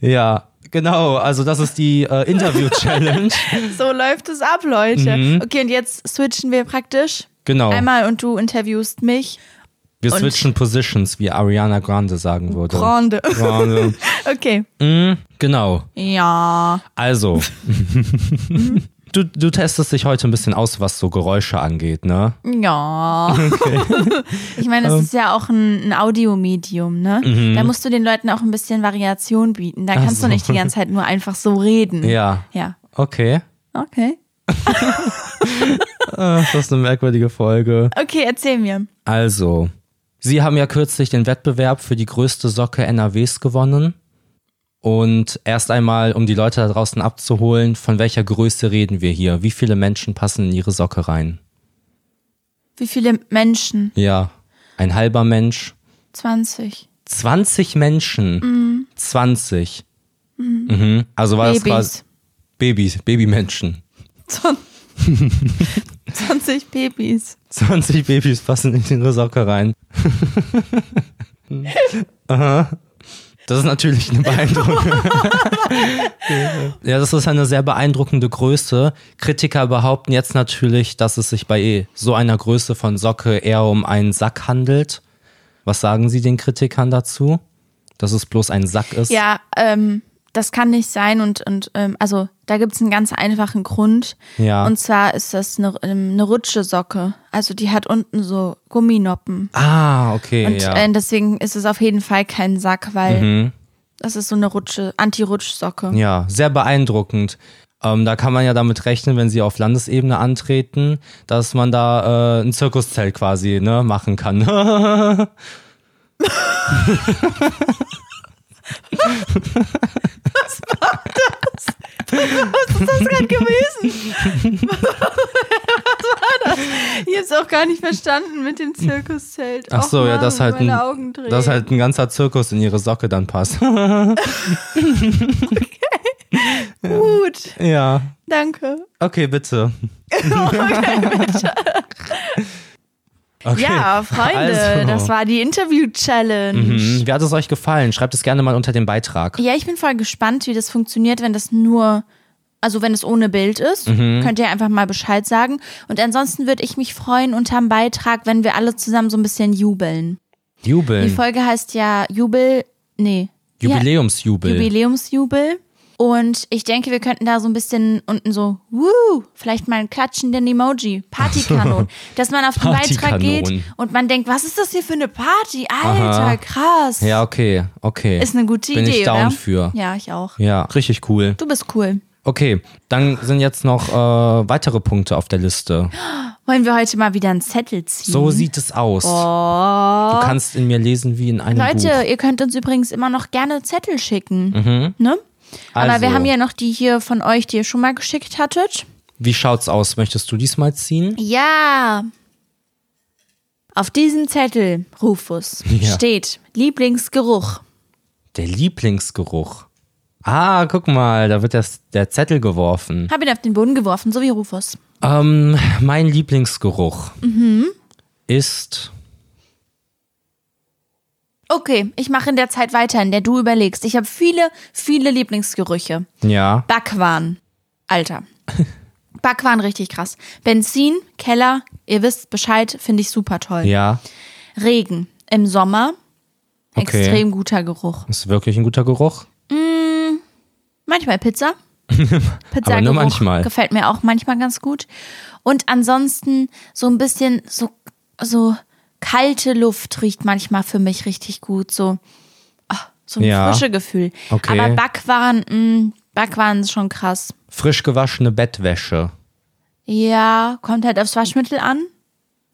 ja, genau. Also das ist die äh, Interview-Challenge.
*laughs* So läuft es ab, Leute.
Mhm.
Okay, und jetzt switchen wir praktisch.
Genau.
Einmal und du interviewst mich.
Wir
Und-
switchen Positions, wie Ariana Grande sagen würde.
Grande. *laughs*
Grande.
Okay.
Mhm, genau.
Ja. *laughs*
Also, du, du testest dich heute ein bisschen aus, was so Geräusche angeht, ne?
Ja. *laughs* Ich meine,
Ähm.
es ist ja auch ein, ein Audiomedium, ne? Da musst du den Leuten auch ein bisschen Variation bieten. Da kannst
Mhm. so.
du nicht die ganze Zeit nur einfach so reden.
Ja.
Ja.
Okay.
Okay.
Ach, das ist eine merkwürdige Folge.
Okay, erzähl mir.
Also, Sie haben ja kürzlich den Wettbewerb für die größte Socke NRWs gewonnen. Und erst einmal, um die Leute da draußen abzuholen, von welcher Größe reden wir hier? Wie viele Menschen passen in ihre Socke rein?
Wie viele Menschen?
Ja, ein halber Mensch.
20.
20 Menschen. 20. Mhm. Also war das quasi
*laughs* Babys.
Babys, Babymenschen. *laughs*
20 Babys.
20 Babys passen in ihre Socke rein. *laughs* Aha. Das ist natürlich eine beeindruckende. *laughs* ja, das ist eine sehr beeindruckende Größe. Kritiker behaupten jetzt natürlich, dass es sich bei eh so einer Größe von Socke eher um einen Sack handelt. Was sagen Sie den Kritikern dazu? Dass es bloß ein Sack ist?
Ja, ähm, das kann nicht sein und, und ähm, also da gibt es einen ganz einfachen Grund.
Ja.
Und zwar ist das eine, ähm, eine Rutschesocke. Also die hat unten so Gumminoppen.
Ah, okay.
Und
ja. Mhm.
äh, deswegen ist es auf jeden Fall kein Sack, weil das ist so eine Rutsche, Anti-Rutschsocke.
Ja, sehr beeindruckend. Ähm, da kann man ja damit rechnen, wenn sie auf Landesebene antreten, dass man da äh, ein Zirkuszelt quasi ne, machen kann. *laughs*
das gerade gewesen? Was war das? Ich hab's auch gar nicht verstanden mit dem Zirkuszelt.
Ach so,
Och,
ja,
Mann,
das halt ein,
meine Augen drehen.
das halt ein ganzer Zirkus in ihre Socke dann passt. *laughs*
Gut,
ja,
danke.
okay,
*laughs*
bitte. okay, bitte.
Ja, Freunde,
Also. Mhm.
das war die Interview-Challenge.
Wie hat es euch gefallen? Schreibt es gerne mal unter dem Beitrag.
Ja, ich bin voll gespannt, wie das funktioniert, wenn das nur, also wenn es ohne Bild ist.
Mhm.
Könnt ihr einfach mal Bescheid sagen. Und ansonsten würde ich mich freuen unterm Beitrag, wenn wir alle zusammen so ein bisschen jubeln. Die
Jubeln.
Folge heißt ja Jubel, nee. wie he-
Jubiläumsjubel.
Jubiläumsjubel. Und ich denke, wir könnten da so ein bisschen unten so, wuh, vielleicht mal einen klatschenden Emoji,
*laughs*
Partykanonen, dass man auf den Beitrag geht
Partykanonen.
und man denkt, was ist das hier für eine Party? Alter,
Aha.
krass.
ja, okay, okay.
Ist ne- eine gute
Bin
Idee,
ich down
oder?
für.
Ja, ich auch.
Ja, richtig cool.
Du bist cool.
Okay, dann sind jetzt noch äh, weitere Punkte auf der Liste.
Wollen wir heute mal wieder einen Zettel ziehen?
So sieht es aus. Du kannst in mir lesen wie in einem
Oh. Leute,
Buch. Mhm.
ihr könnt uns übrigens immer noch gerne Zettel schicken. Ne? Aber
Also.
wir haben ja noch die hier von euch, die ihr schon mal geschickt hattet.
Wie schaut's aus? Möchtest du diesmal ziehen?
Ja. Auf diesem Zettel, Rufus,
*laughs* Ja.
steht Lieblingsgeruch.
Der Lieblingsgeruch. Ah, guck mal, da wird das, der Zettel geworfen.
Hab ihn auf den Boden geworfen, so wie Rufus.
Ähm, mein Lieblingsgeruch
Mhm.
ist.
Okay, ich mache in der Zeit weiter, in der du überlegst. Ich habe viele, viele Lieblingsgerüche.
Ja.
Backwaren. Alter.
*laughs*
Backwaren richtig krass. Benzin, Keller, ihr wisst Bescheid, finde ich super toll.
Ja.
Regen im Sommer,
Okay.
extrem guter Geruch.
Ist wirklich ein guter Geruch.
Manchmal Pizza. Pizza
*laughs* Aber nur manchmal.
gefällt mir auch manchmal ganz gut. Und ansonsten so ein bisschen so, so kalte Luft riecht manchmal für mich richtig gut. So, ah, so ein
Ja.
frische Gefühl.
Okay.
Aber Backwaren, mh, Backwaren ist schon krass.
Frisch gewaschene Bettwäsche.
Ja, kommt halt aufs Waschmittel an.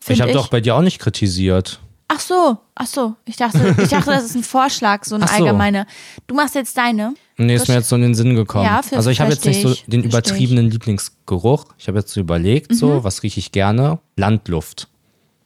ich
find
habe doch bei dir auch nicht kritisiert.
Ach so, ach so. Ich dachte, ich dachte, das
*laughs*
ist ein Vorschlag, so ein
Ach so.
allgemeiner. Du machst jetzt deine.
Nee, ist mir jetzt so in den Sinn gekommen.
Ja, ver-
also ich habe jetzt nicht so
versteh ich, Mhm.
den
versteh
übertriebenen Lieblingsgeruch. Ich habe jetzt so überlegt, so, was rieche ich gerne? Landluft.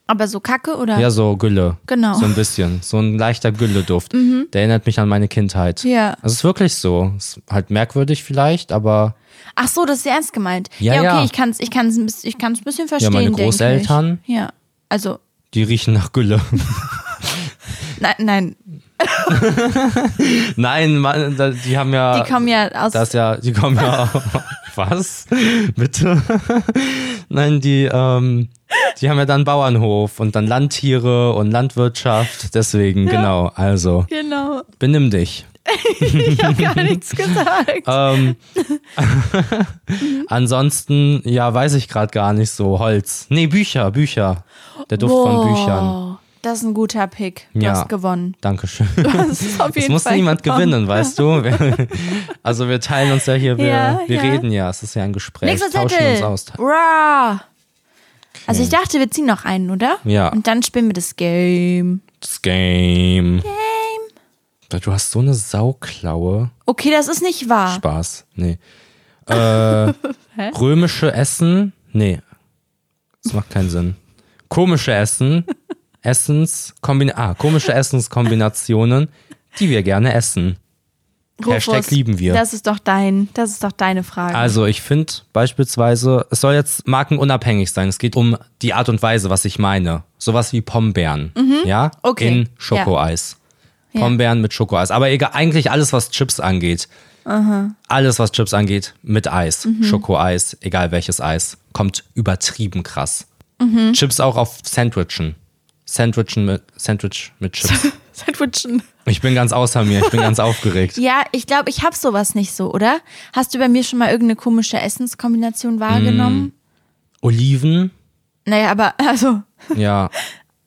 Aber so Kacke oder?
Ja, so Gülle.
Genau. Mhm.
So ein bisschen. So ein leichter Gülle-Duft. Der erinnert mich an meine Kindheit.
Ja.
Das ist wirklich so. Ist halt merkwürdig vielleicht, aber
Ach so, das ist ja ernst gemeint.
Ja,
Ja, okay,
ja.
ich kann es ich kann's ein bisschen, ich kann's ein bisschen verstehen.
meine
denk ich.
Großeltern.
Ja, also,
die riechen nach Gülle. *laughs*
nein, nein,
Nein, Mann, da- die haben
die
ja.
kommen ja aus.
Ah, das ja, die kommen ja. was? Bitte? Nein, die, ähm, die haben ja dann Bauernhof und dann Landtiere und Landwirtschaft. Deswegen, genau. Also, *laughs*
*laughs* genau,
benimm dich.
ich habe gar nichts gesagt.
Ähm,
Mhm.
ansonsten, ja, weiß ich gerade gar nicht so. Holz. Nee, Bücher, Bücher. Der Duft von Büchern.
Das ist ein guter Pick. Du
Ja.
hast gewonnen. *laughs*
Dankeschön.
Das ist auf
Es
jeden
muss
Fall
niemand
gewonnen.
gewinnen, weißt du?
*laughs*
Wir- Also wir teilen uns ja hier, wir,
Ja,
wir
ja.
reden ja, es ist ja ein Gespräch,
Nächster
tauschen
Zettel.
uns aus. Hm.
Hurra! Also ich dachte, wir ziehen noch einen, oder?
Ja.
Und dann spielen wir das Game.
Das Game. Game. Du hast so eine Sauklaue.
Okay, das ist nicht wahr.
Spaß. Nee. Äh, römische Essen. Nee. Das macht keinen Sinn. Komische Essen. Essens. Ah, komische Essenskombinationen, die wir gerne essen. Hashtag lieben wir.
Das ist doch dein, das ist doch deine Frage. *laughs*
Also ich finde beispielsweise, es soll jetzt markenunabhängig sein. Es geht um die Art und Weise, was ich meine. Sowas wie Pombeeren, ja,
Okay.
in Schokoeis. Pombeeren mit Schokoeis. Aber egal, eigentlich alles, was Chips angeht. Alles, was Chips angeht, mit Eis. Schokoeis, egal welches Eis, kommt übertrieben krass. Chips auch auf Sandwichen. Sandwichen mit, Sandwich mit Chips.
Sandwichen.
ich bin ganz außer mir, ich bin ganz
*laughs*
aufgeregt.
Ja, ich glaube, ich hab sowas nicht so, oder? Hast du bei mir schon mal irgendeine komische Essenskombination wahrgenommen?
Hm. Oliven,
Naja, aber also
ja.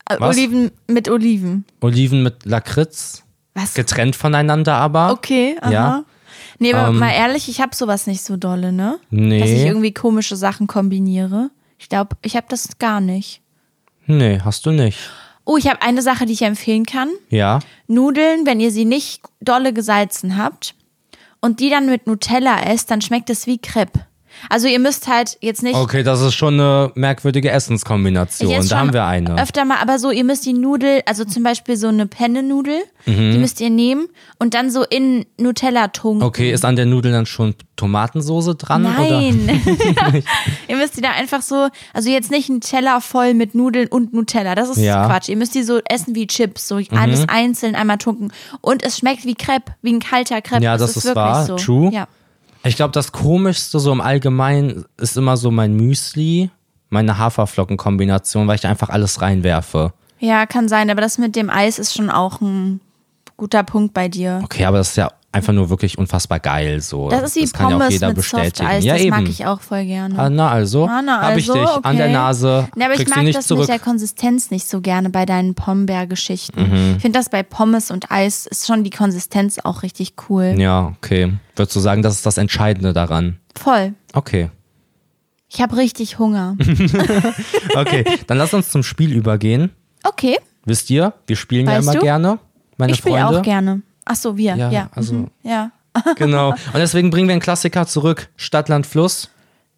äh,
Was?
Oliven mit Oliven.
Oliven mit Lakritz.
Was?
getrennt voneinander aber.
Okay, aha.
Ja. Ähm.
Nee, aber mal ehrlich, ich hab sowas nicht so dolle, ne?
Nee.
Dass ich irgendwie komische Sachen kombiniere. Ich glaube, ich hab das gar nicht.
Nee, hast du nicht.
Oh, ich habe eine Sache, die ich empfehlen kann.
Ja.
Nudeln, wenn ihr sie nicht dolle gesalzen habt und die dann mit Nutella esst, dann schmeckt es wie Crepe. Also ihr müsst halt jetzt nicht
Okay, das ist schon eine merkwürdige Essenskombination.
Ich esse
da
schon
haben wir eine.
Öfter mal, aber so, ihr müsst die Nudel, also zum Beispiel so eine Penne-Nudel,
Mhm.
die müsst ihr nehmen und dann so in Nutella tunken.
Okay, ist an der Nudel dann schon Tomatensoße dran? Oder? *laughs*
Nein. *laughs* ihr müsst die da einfach so, also jetzt nicht einen Teller voll mit Nudeln und Nutella, das ist
Ja. Mhm.
Quatsch. Ihr müsst die so essen wie Chips, so alles einzeln einmal tunken. Und es schmeckt wie Crepe, wie ein kalter Crepe.
Ja, das ist
wirklich
wahr.
so.
True.
Ja.
Ich glaube, das Komischste so im Allgemeinen ist immer so mein Müsli, meine Haferflockenkombination, weil ich da einfach alles reinwerfe.
ja, kann sein, aber das mit dem Eis ist schon auch ein guter Punkt bei dir.
Okay, aber das ist ja einfach nur wirklich unfassbar geil. So.
Das ist wie
kann ja auch
Pommes
jeder
mit
bestätigen.
Softeis,
ja,
das
eben.
mag ich auch voll gerne.
Ah, na also,
Ah, na
habe ich
also,
dich an der
okay.
Nase,
Na, aber ich
kriegst
mag
du nicht
das
zurück.
mit der Konsistenz nicht so gerne bei deinen Pombeer-Geschichten.
Mhm.
Ich finde das bei Pommes und Eis ist schon die Konsistenz auch richtig cool.
Ja, okay. Würdest du sagen, das ist das Entscheidende daran?
Voll.
Okay.
Ich habe richtig Hunger.
Mhm.
*laughs*
Okay, dann lass uns zum Spiel übergehen.
Okay,
Wisst ihr, wir spielen
Weißt
ja immer
du?
gerne, meine
ich spiele
Freunde.
auch gerne. Ach so, wir.
Ja,
Ja,
also-
mhm, ja. *laughs*
Genau. Und deswegen bringen wir einen Klassiker zurück. Stadt, Land, Fluss.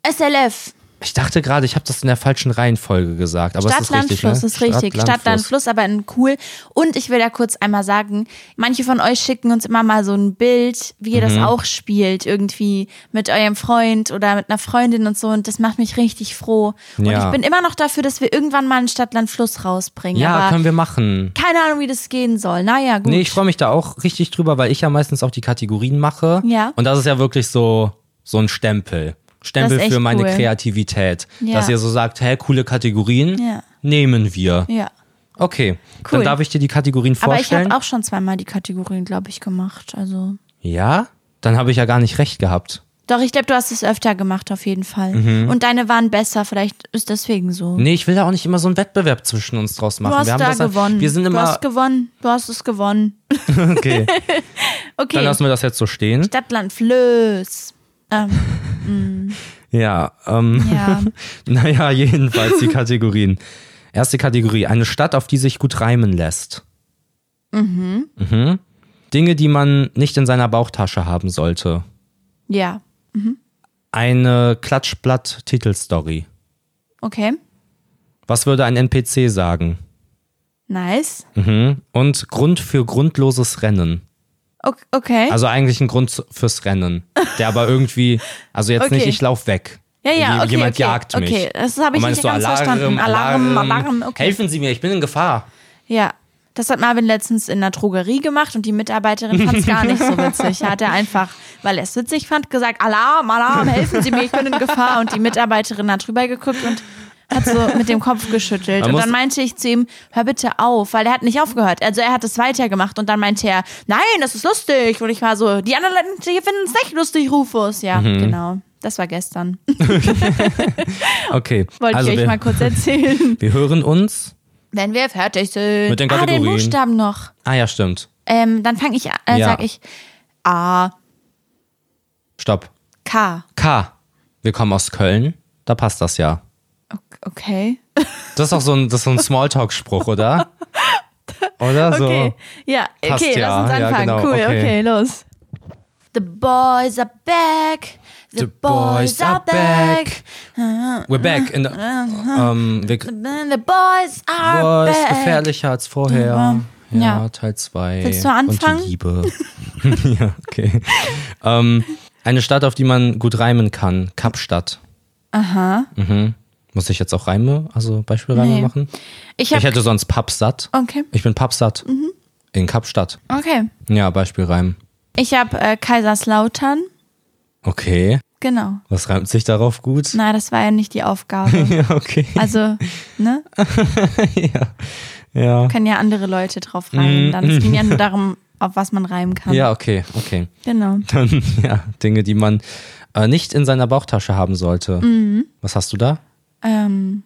SLF.
Ich dachte gerade, ich habe das in der falschen Reihenfolge gesagt, aber es
Stadt,
ist richtig. Ne?
Landfluss ist richtig.
Stadt,
Stadt, Land,
Landfluss.
Fluss, aber in cool. Und ich will da kurz einmal sagen, manche von euch schicken uns immer mal so ein Bild, wie ihr das
Mhm.
auch spielt, irgendwie mit eurem Freund oder mit einer Freundin und so. Und das macht mich richtig froh. Und
Ja.
ich bin immer noch dafür, dass wir irgendwann mal einen Stadt, Land, Fluss rausbringen.
Ja,
aber
können wir machen.
keine Ahnung, wie das gehen soll. Naja, gut.
Nee, ich freue mich da auch richtig drüber, weil ich ja meistens auch die Kategorien mache.
Ja.
Und das ist ja wirklich so, so ein Stempel. Stempel
Das ist echt
für meine
cool.
Kreativität.
Ja.
Dass ihr so sagt, hey, coole Kategorien,
Ja.
nehmen wir.
ja.
Okay,
Cool.
dann darf ich dir die Kategorien
Aber ich
vorstellen.
habe auch schon zweimal die Kategorien, glaube ich, gemacht. Also.
ja, dann habe ich ja gar nicht recht gehabt.
Doch, ich glaube, du hast es öfter gemacht, auf jeden Fall.
Mhm.
Und deine waren besser, vielleicht ist deswegen so.
Nee, ich will da auch nicht immer so einen Wettbewerb zwischen uns draus machen.
Du hast
wir haben
da
das,
gewonnen.
Wir sind
du
immer.
hast gewonnen. Du hast es gewonnen.
*laughs* Okay, dann
*laughs* Okay.
lassen wir das jetzt so stehen.
Stadtland Flöß. Ähm,
Ja, ähm, *laughs*
ja.
naja, jedenfalls die Kategorien. Erste Kategorie, eine Stadt, auf die sich gut reimen lässt. Mhm. Dinge, die man nicht in seiner Bauchtasche haben sollte.
ja.
Eine Klatschblatt-Titelstory.
Okay.
Was würde ein NPC sagen?
Nice.
Mhm. Und Grund für grundloses Rennen.
O- Okay.
Also eigentlich ein Grund fürs Rennen. Der aber irgendwie, also jetzt
Okay.
nicht, ich lauf weg.
ja, ja.
Je-
Okay,
Jemand
okay.
jagt mich.
Okay, das habe ich
Und meinst
nicht
du,
ganz verstanden. Alarm, Alarm. Okay.
Helfen Sie mir, ich bin in Gefahr.
Ja. Das hat Marvin letztens in einer Drogerie gemacht und die Mitarbeiterin fand es gar nicht so witzig. Hat er einfach, weil er es witzig fand, gesagt, Alarm, Alarm, helfen Sie mir, ich bin in Gefahr. Und die Mitarbeiterin hat drüber geguckt und hat so mit dem Kopf geschüttelt.
Man
Und
muss-
dann meinte ich zu ihm, hör bitte auf, weil er hat nicht aufgehört. Also er hat es weitergemacht und dann meinte er, nein, das ist lustig. Und ich war so, die anderen Leute hier finden es nicht lustig, Rufus. Ja,
Mhm.
genau. Das war gestern. *laughs*
Okay,
Wollte
also
ich euch
wir,
mal kurz erzählen.
wir hören uns.
Wenn wir fertig sind.
Mit den
ah, den
Kategorien.
Buchstaben noch.
Ah ja, stimmt.
Ähm, dann fange ich, an, äh,
Ja.
sag ich A,
Stopp.
K.
K. Wir kommen aus Köln. Da passt das ja.
Ok- Okay.
Das ist auch so ein, das ist so ein Smalltalk-Spruch,
*laughs*
oder? Oder so.
Okay. Ja,
Passt
okay,
ja.
lass uns
Ja,
anfangen.
genau,
Cool, okay.
okay.
los. The boys are back. The, boys are back.
We're back.
*laughs*
In the, ähm, wir, boys,
The boys are back.
gefährlicher als vorher.
Ja.
Ja, Teil 2.
Willst du
Und
anfangen?
die Liebe. *laughs* ja, okay. Ähm, eine Stadt, auf die man gut reimen kann. Kapstadt. Aha. Mhm. Muss ich jetzt auch Reime, also Beispielreime
Nee. Oh.
machen?
Ich
Ich
hab,
hätte sonst Pappsatt.
okay,
Ich bin Pappsatt.
Mhm.
In Kapstadt.
okay.
Ja, Beispielreim.
Ich habe äh, Kaiserslautern.
Okay.
Genau.
Was reimt sich darauf gut?
Na, das war ja nicht die Aufgabe.
*laughs* Ja, okay.
Also, ne?
Ja.
Können ja andere Leute drauf reimen. Dann es
*laughs*
ging ja nur darum, auf was man reimen kann.
Mhm. Ja, okay, okay.
Genau.
Dann, *laughs* ja, Dinge, die man äh, nicht in seiner Bauchtasche haben sollte.
Mhm.
Was hast du da?
Ähm,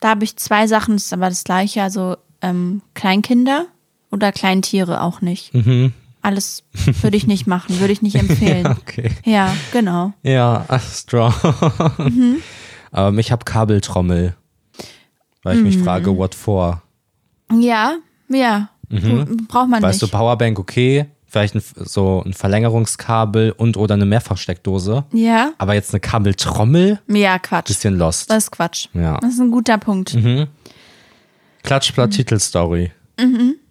da habe ich zwei Sachen, das ist aber das gleiche. Also ähm, Kleinkinder oder Kleintiere auch nicht.
Mhm.
Alles würde ich nicht machen, würde
*laughs*
ich nicht empfehlen.
Okay.
ja. genau.
Ja, ah, strong.
Mhm.
ähm, ich habe Kabeltrommel. Weil ich
Mhm.
mich frage, what for?
Ja, ja. Braucht man
Mhm. Weißt
nicht.
du, Powerbank, okay. Vielleicht ein, so ein Verlängerungskabel und oder eine Mehrfachsteckdose.
ja?
Aber jetzt eine Kabeltrommel?
Ja, Quatsch.
Bisschen lost.
Das ist Quatsch.
Ja. Mhm.
Das ist ein guter Punkt.
Klatschblatt Titelstory.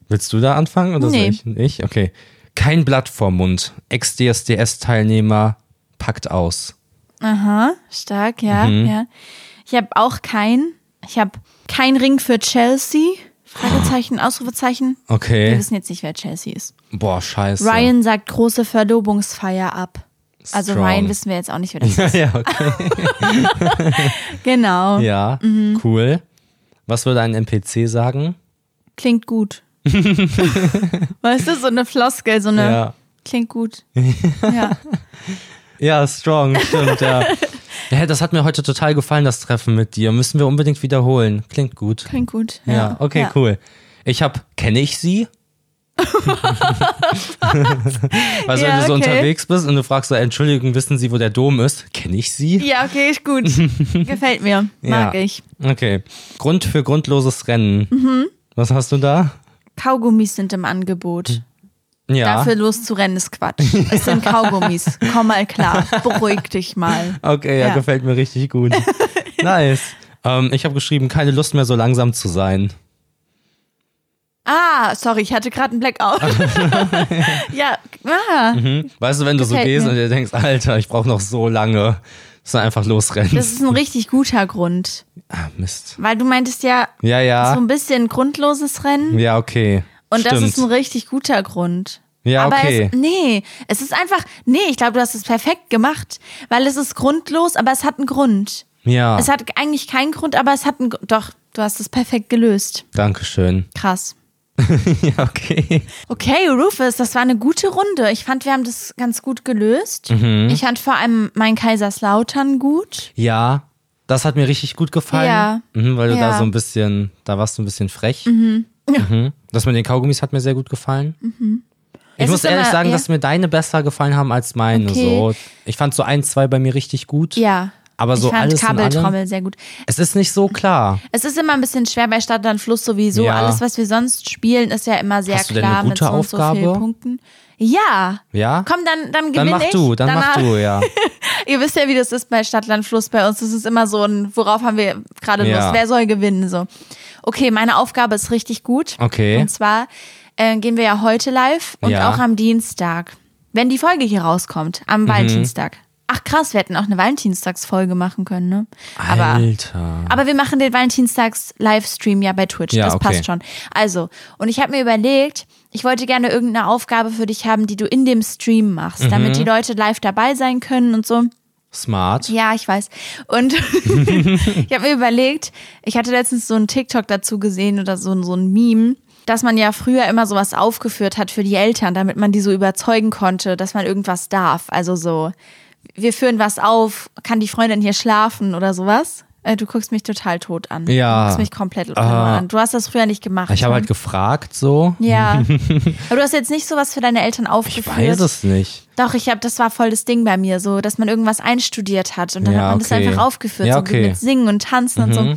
Willst du da anfangen oder
Mhm. Nee.
soll ich? Ich? Okay. Kein Blatt vorm Mund. Ex-DSDS Teilnehmer packt aus.
Aha, stark, ja,
Mhm.
ja. Ich habe auch keinen. Ich habe keinen Ring für Chelsea. Fragezeichen, Ausrufezeichen. Wir
Okay.
wissen jetzt nicht, wer Chelsea ist.
Boah, scheiße.
Ryan sagt große Verlobungsfeier ab. Also
Strong.
Ryan wissen wir jetzt auch nicht, wer das
*laughs*
ist.
ja, okay. *laughs*
Genau.
ja cool. Was würde ein NPC sagen? *laughs*
Klingt gut. weißt du, so eine Floskel, so eine
Ja.
klingt gut. Ja.
Ja, strong, stimmt,
*laughs*
ja. ja. Das hat mir heute total gefallen, das Treffen mit dir. Müssen wir unbedingt wiederholen. Klingt gut.
Klingt gut.
Ja, okay, cool. Ich habe, kenne ich
*laughs*
sie? Weißt du,
Ja,
wenn du so
okay.
unterwegs bist und du fragst so, Entschuldigung, wissen Sie, wo der Dom ist? Kenne ich sie?
Ja, okay, ist
*laughs*
gut. Gefällt mir. Mag
Ja.
ich.
Okay. Grund für grundloses Rennen.
Mhm.
Was hast du da?
Kaugummis sind im Angebot.
Ja.
Dafür loszurennen
*laughs*
ist Quatsch. Es sind Kaugummis. Komm mal klar. Beruhig dich mal.
okay, ja,
Ja. *laughs*
gefällt mir richtig gut. Nice. Ähm, ich habe geschrieben, keine Lust mehr so langsam zu sein.
Ah, sorry, ich hatte gerade
*laughs*
einen Blackout. *laughs* ja, ah,
Weißt du, wenn du so
Gefällt
gehst
mir.
und dir denkst, Alter, ich brauche noch so lange, dass du einfach losrennst.
das ist ein richtig guter Grund.
ah, Mist.
Weil du meintest ja,
Ja,
so
ja.
ein bisschen grundloses Rennen.
Ja, okay.
Und
Stimmt.
das ist ein richtig guter Grund.
Ja,
aber
okay.
Es, nee, es ist einfach, nee, ich glaube, du hast es perfekt gemacht, weil es ist grundlos, aber es hat einen Grund.
ja,
Es hat eigentlich keinen Grund, aber es hat einen, Gr- doch, du hast es perfekt gelöst.
Dankeschön. *laughs*
Krass.
ja, okay.
Okay, Rufus, das war eine gute Runde. Ich fand, wir haben das ganz gut gelöst.
Mhm.
Ich fand vor allem mein Kaiserslautern gut.
Ja, das hat mir richtig gut gefallen.
Ja.
Mhm, weil du da
Ja.
so ein bisschen, da warst du ein bisschen frech. Mhm. Das mit den Kaugummis hat mir sehr gut gefallen. Ich
Es
muss
ist
ehrlich
immer-
sagen,
ja.
dass mir deine besser gefallen haben als meine.
Okay.
So. Ich fand so ein, zwei bei mir richtig gut.
Ja.
Aber so
ich fand
alles in allem-
Kabeltrommel sehr gut.
Es ist nicht so klar.
Es ist immer ein bisschen schwer bei Stadt, Land, Fluss sowieso.
Ja.
Alles, was wir sonst spielen, ist ja immer sehr
Hast du denn
klar
eine
mit
gute
so und so vielen
Aufgabe?
Punkten. Ja.
Ja?
Komm, dann, dann gewinne
dann mach
ich.
du, dann mach
Danach-
du, ja.
Ihr wisst ja, wie das ist bei Stadt, Land, Fluss. Bei uns ist es immer so ein, worauf haben wir gerade
Ja.
Lust? Wer soll gewinnen? So. Okay, meine Aufgabe ist richtig gut.
Okay.
Und zwar äh, gehen wir ja heute live und
Ja. Mhm.
auch am Dienstag. Wenn die Folge hier rauskommt, am Valentinstag. Ach krass, wir hätten auch eine Valentinstagsfolge machen können, ne? *laughs* Aber
Alter.
aber wir machen den Valentinstags-Livestream ja bei Twitch.
Ja,
das
okay.
passt schon. Also, und ich habe mir überlegt, ich wollte gerne irgendeine Aufgabe für dich haben, die du in dem Stream machst,
Mhm.
damit die Leute live dabei sein können und so.
Smart.
Ja, ich weiß. Und *laughs* ich habe mir überlegt, ich hatte letztens so einen TikTok dazu gesehen oder so, so ein Meme, dass man ja früher immer sowas aufgeführt hat für die Eltern, damit man die so überzeugen konnte, dass man irgendwas darf. Also so, wir führen was auf, kann die Freundin hier schlafen oder sowas. Äh, Du guckst mich total tot an.
Ja.
Du guckst mich komplett tot
Ah.
an. Du hast das früher nicht gemacht.
Ich habe
ne?
halt gefragt, so. *laughs*
Ja. Aber du hast jetzt nicht sowas für deine Eltern aufgeführt.
Ich weiß es nicht.
Doch, ich habe, das war voll das Ding bei mir, so, dass man irgendwas einstudiert hat und dann
Ja,
hat man das
okay.
einfach aufgeführt,
Ja,
so
okay. Mhm.
mit Singen und Tanzen und so.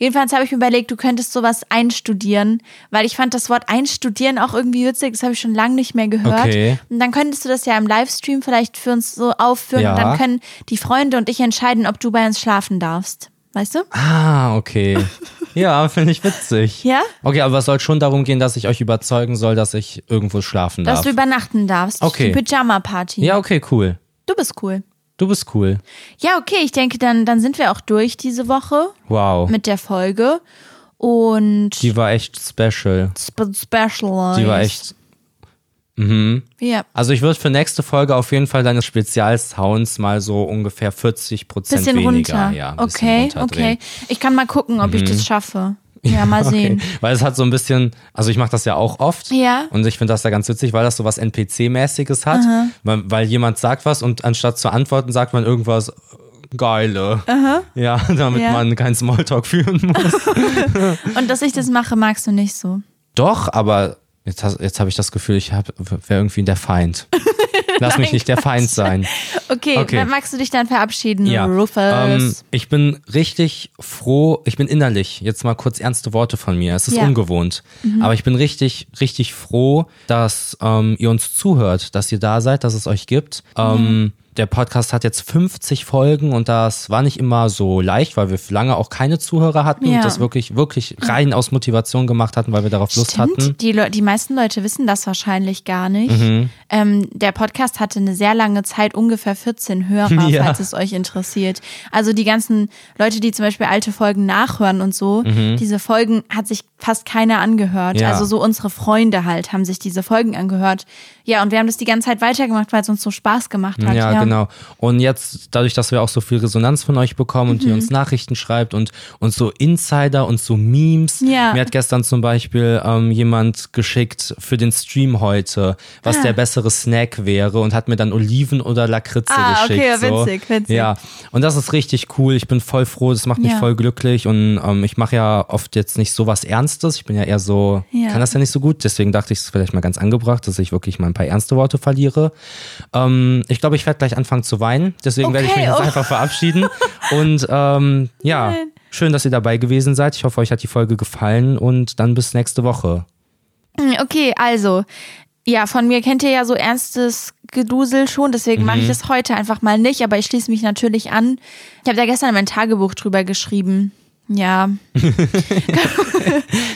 Jedenfalls habe ich mir überlegt, du könntest sowas einstudieren, weil ich fand das Wort einstudieren auch irgendwie witzig, das habe ich schon lange nicht mehr gehört.
Okay.
Und dann könntest du das ja im Livestream vielleicht für uns so aufführen
Ja.
und dann können die Freunde und ich entscheiden, ob du bei uns schlafen darfst. Weißt du?
Ah, okay.
*laughs*
Ja, finde ich witzig.
Ja?
Okay, aber es soll schon darum gehen, dass ich euch überzeugen soll, dass ich irgendwo schlafen
Dass
darf.
du übernachten darfst.
Okay.
Die Pyjama-Party.
ja, okay, cool.
Du bist cool.
Du bist cool.
Ja, okay, ich denke, dann, dann sind wir auch durch diese Woche.
Wow.
mit der Folge und
die war echt special.
spe specialized.
Die war echt.
Ja.
Also ich würde für nächste Folge auf jeden Fall deines Spezialsounds mal so ungefähr 40 Prozent
Bisschen
weniger.
runter.
Ja, ein bisschen
okay,
runterdrehen.
okay. Ich kann mal gucken, ob ich das schaffe. Ja, mal sehen.
*laughs* Okay. Weil es hat so ein bisschen, also ich mache das ja auch oft.
Ja.
Und ich finde das ja ganz witzig, weil das so was NPC-mäßiges hat. Weil, weil jemand sagt was und anstatt zu antworten, sagt man irgendwas äh, Geile. Ja, *laughs* damit
Ja.
man keinen Smalltalk führen muss.
Und dass ich das mache, magst du nicht so.
Doch, aber jetzt, hast- jetzt habe ich das Gefühl, ich wäre irgendwie der
*laughs*
Feind. Lass mich nicht der Feind sein.
Okay,
Okay.
dann magst du dich dann verabschieden, Rufus?
Ähm, ich bin richtig froh, ich bin innerlich, jetzt mal kurz ernste Worte von mir, es ist
Ja. Mhm.
ungewohnt, aber ich bin richtig, richtig froh, dass ähm, ihr uns zuhört, dass ihr da seid, dass es euch gibt.
Mhm.
Ähm, Der Podcast hat jetzt 50 Folgen und das war nicht immer so leicht, weil wir lange auch keine Zuhörer hatten
Ja.
und das wirklich, wirklich rein aus Motivation gemacht hatten, weil wir darauf Lust hatten. Mhm.
Stimmt, die, Leu- die meisten Leute wissen das wahrscheinlich gar nicht. Ähm, der Podcast hatte eine sehr lange Zeit ungefähr
*laughs*
14 Hörer,
Ja.
falls es euch interessiert. Also die ganzen Leute, die zum Beispiel alte Folgen nachhören und so, diese Folgen hat sich fast keiner angehört.
Mhm. Ja.
Also so unsere Freunde halt haben sich diese Folgen angehört. Ja, und wir haben das die ganze Zeit weitergemacht, weil es uns so Spaß gemacht hat.
Ja, genau. Und jetzt, dadurch, dass wir auch so viel Resonanz von euch bekommen und
Mhm.
ihr uns Nachrichten schreibt und, und so Insider und so Memes.
Ja.
Mir hat gestern zum Beispiel ähm, jemand geschickt für den Stream heute, was
Ah.
der bessere Snack wäre und hat mir dann Oliven oder Lakritze
Ah, okay,
geschickt. so.
witzig, witzig.
Ja, und das ist richtig cool. Ich bin voll froh, das macht mich
Ja.
voll glücklich und ähm, ich mache ja oft jetzt nicht so was Ernstes. Ich bin ja eher so,
Ja.
kann das ja nicht so gut. Deswegen dachte ich, es ist vielleicht mal ganz angebracht, dass ich wirklich mal ein paar ernste Worte verliere. Ähm, Ich glaube, ich werde gleich anfangen zu weinen. Deswegen werde ich
Okay,
mich jetzt
oh.
einfach verabschieden. Und ähm, ja, schön, dass ihr dabei gewesen seid. Ich hoffe, euch hat die Folge gefallen und dann bis nächste Woche.
Okay, Hm, also Ja, von mir kennt ihr ja so ernstes Gedusel schon, deswegen mache
Mhm.
ich das heute einfach mal nicht, aber ich schließe mich natürlich an. Ich habe da gestern in mein Tagebuch drüber geschrieben.
*laughs*
Ja.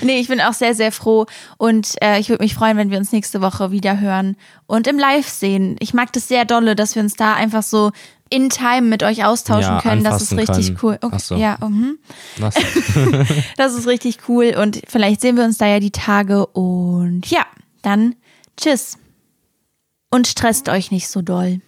nee, ich bin auch sehr, sehr froh und äh, ich würde mich freuen, wenn wir uns nächste Woche wieder hören und im Live sehen. Ich mag das sehr dolle, dass wir uns da einfach so in Time mit euch austauschen
Ja,
können. Das ist
anfassen
richtig
können.
cool. Okay.
Ach so.
Ja, mhm.
Was?
das ist richtig cool und vielleicht sehen wir uns da ja die Tage und ja, dann tschüss. Und stresst euch nicht so doll.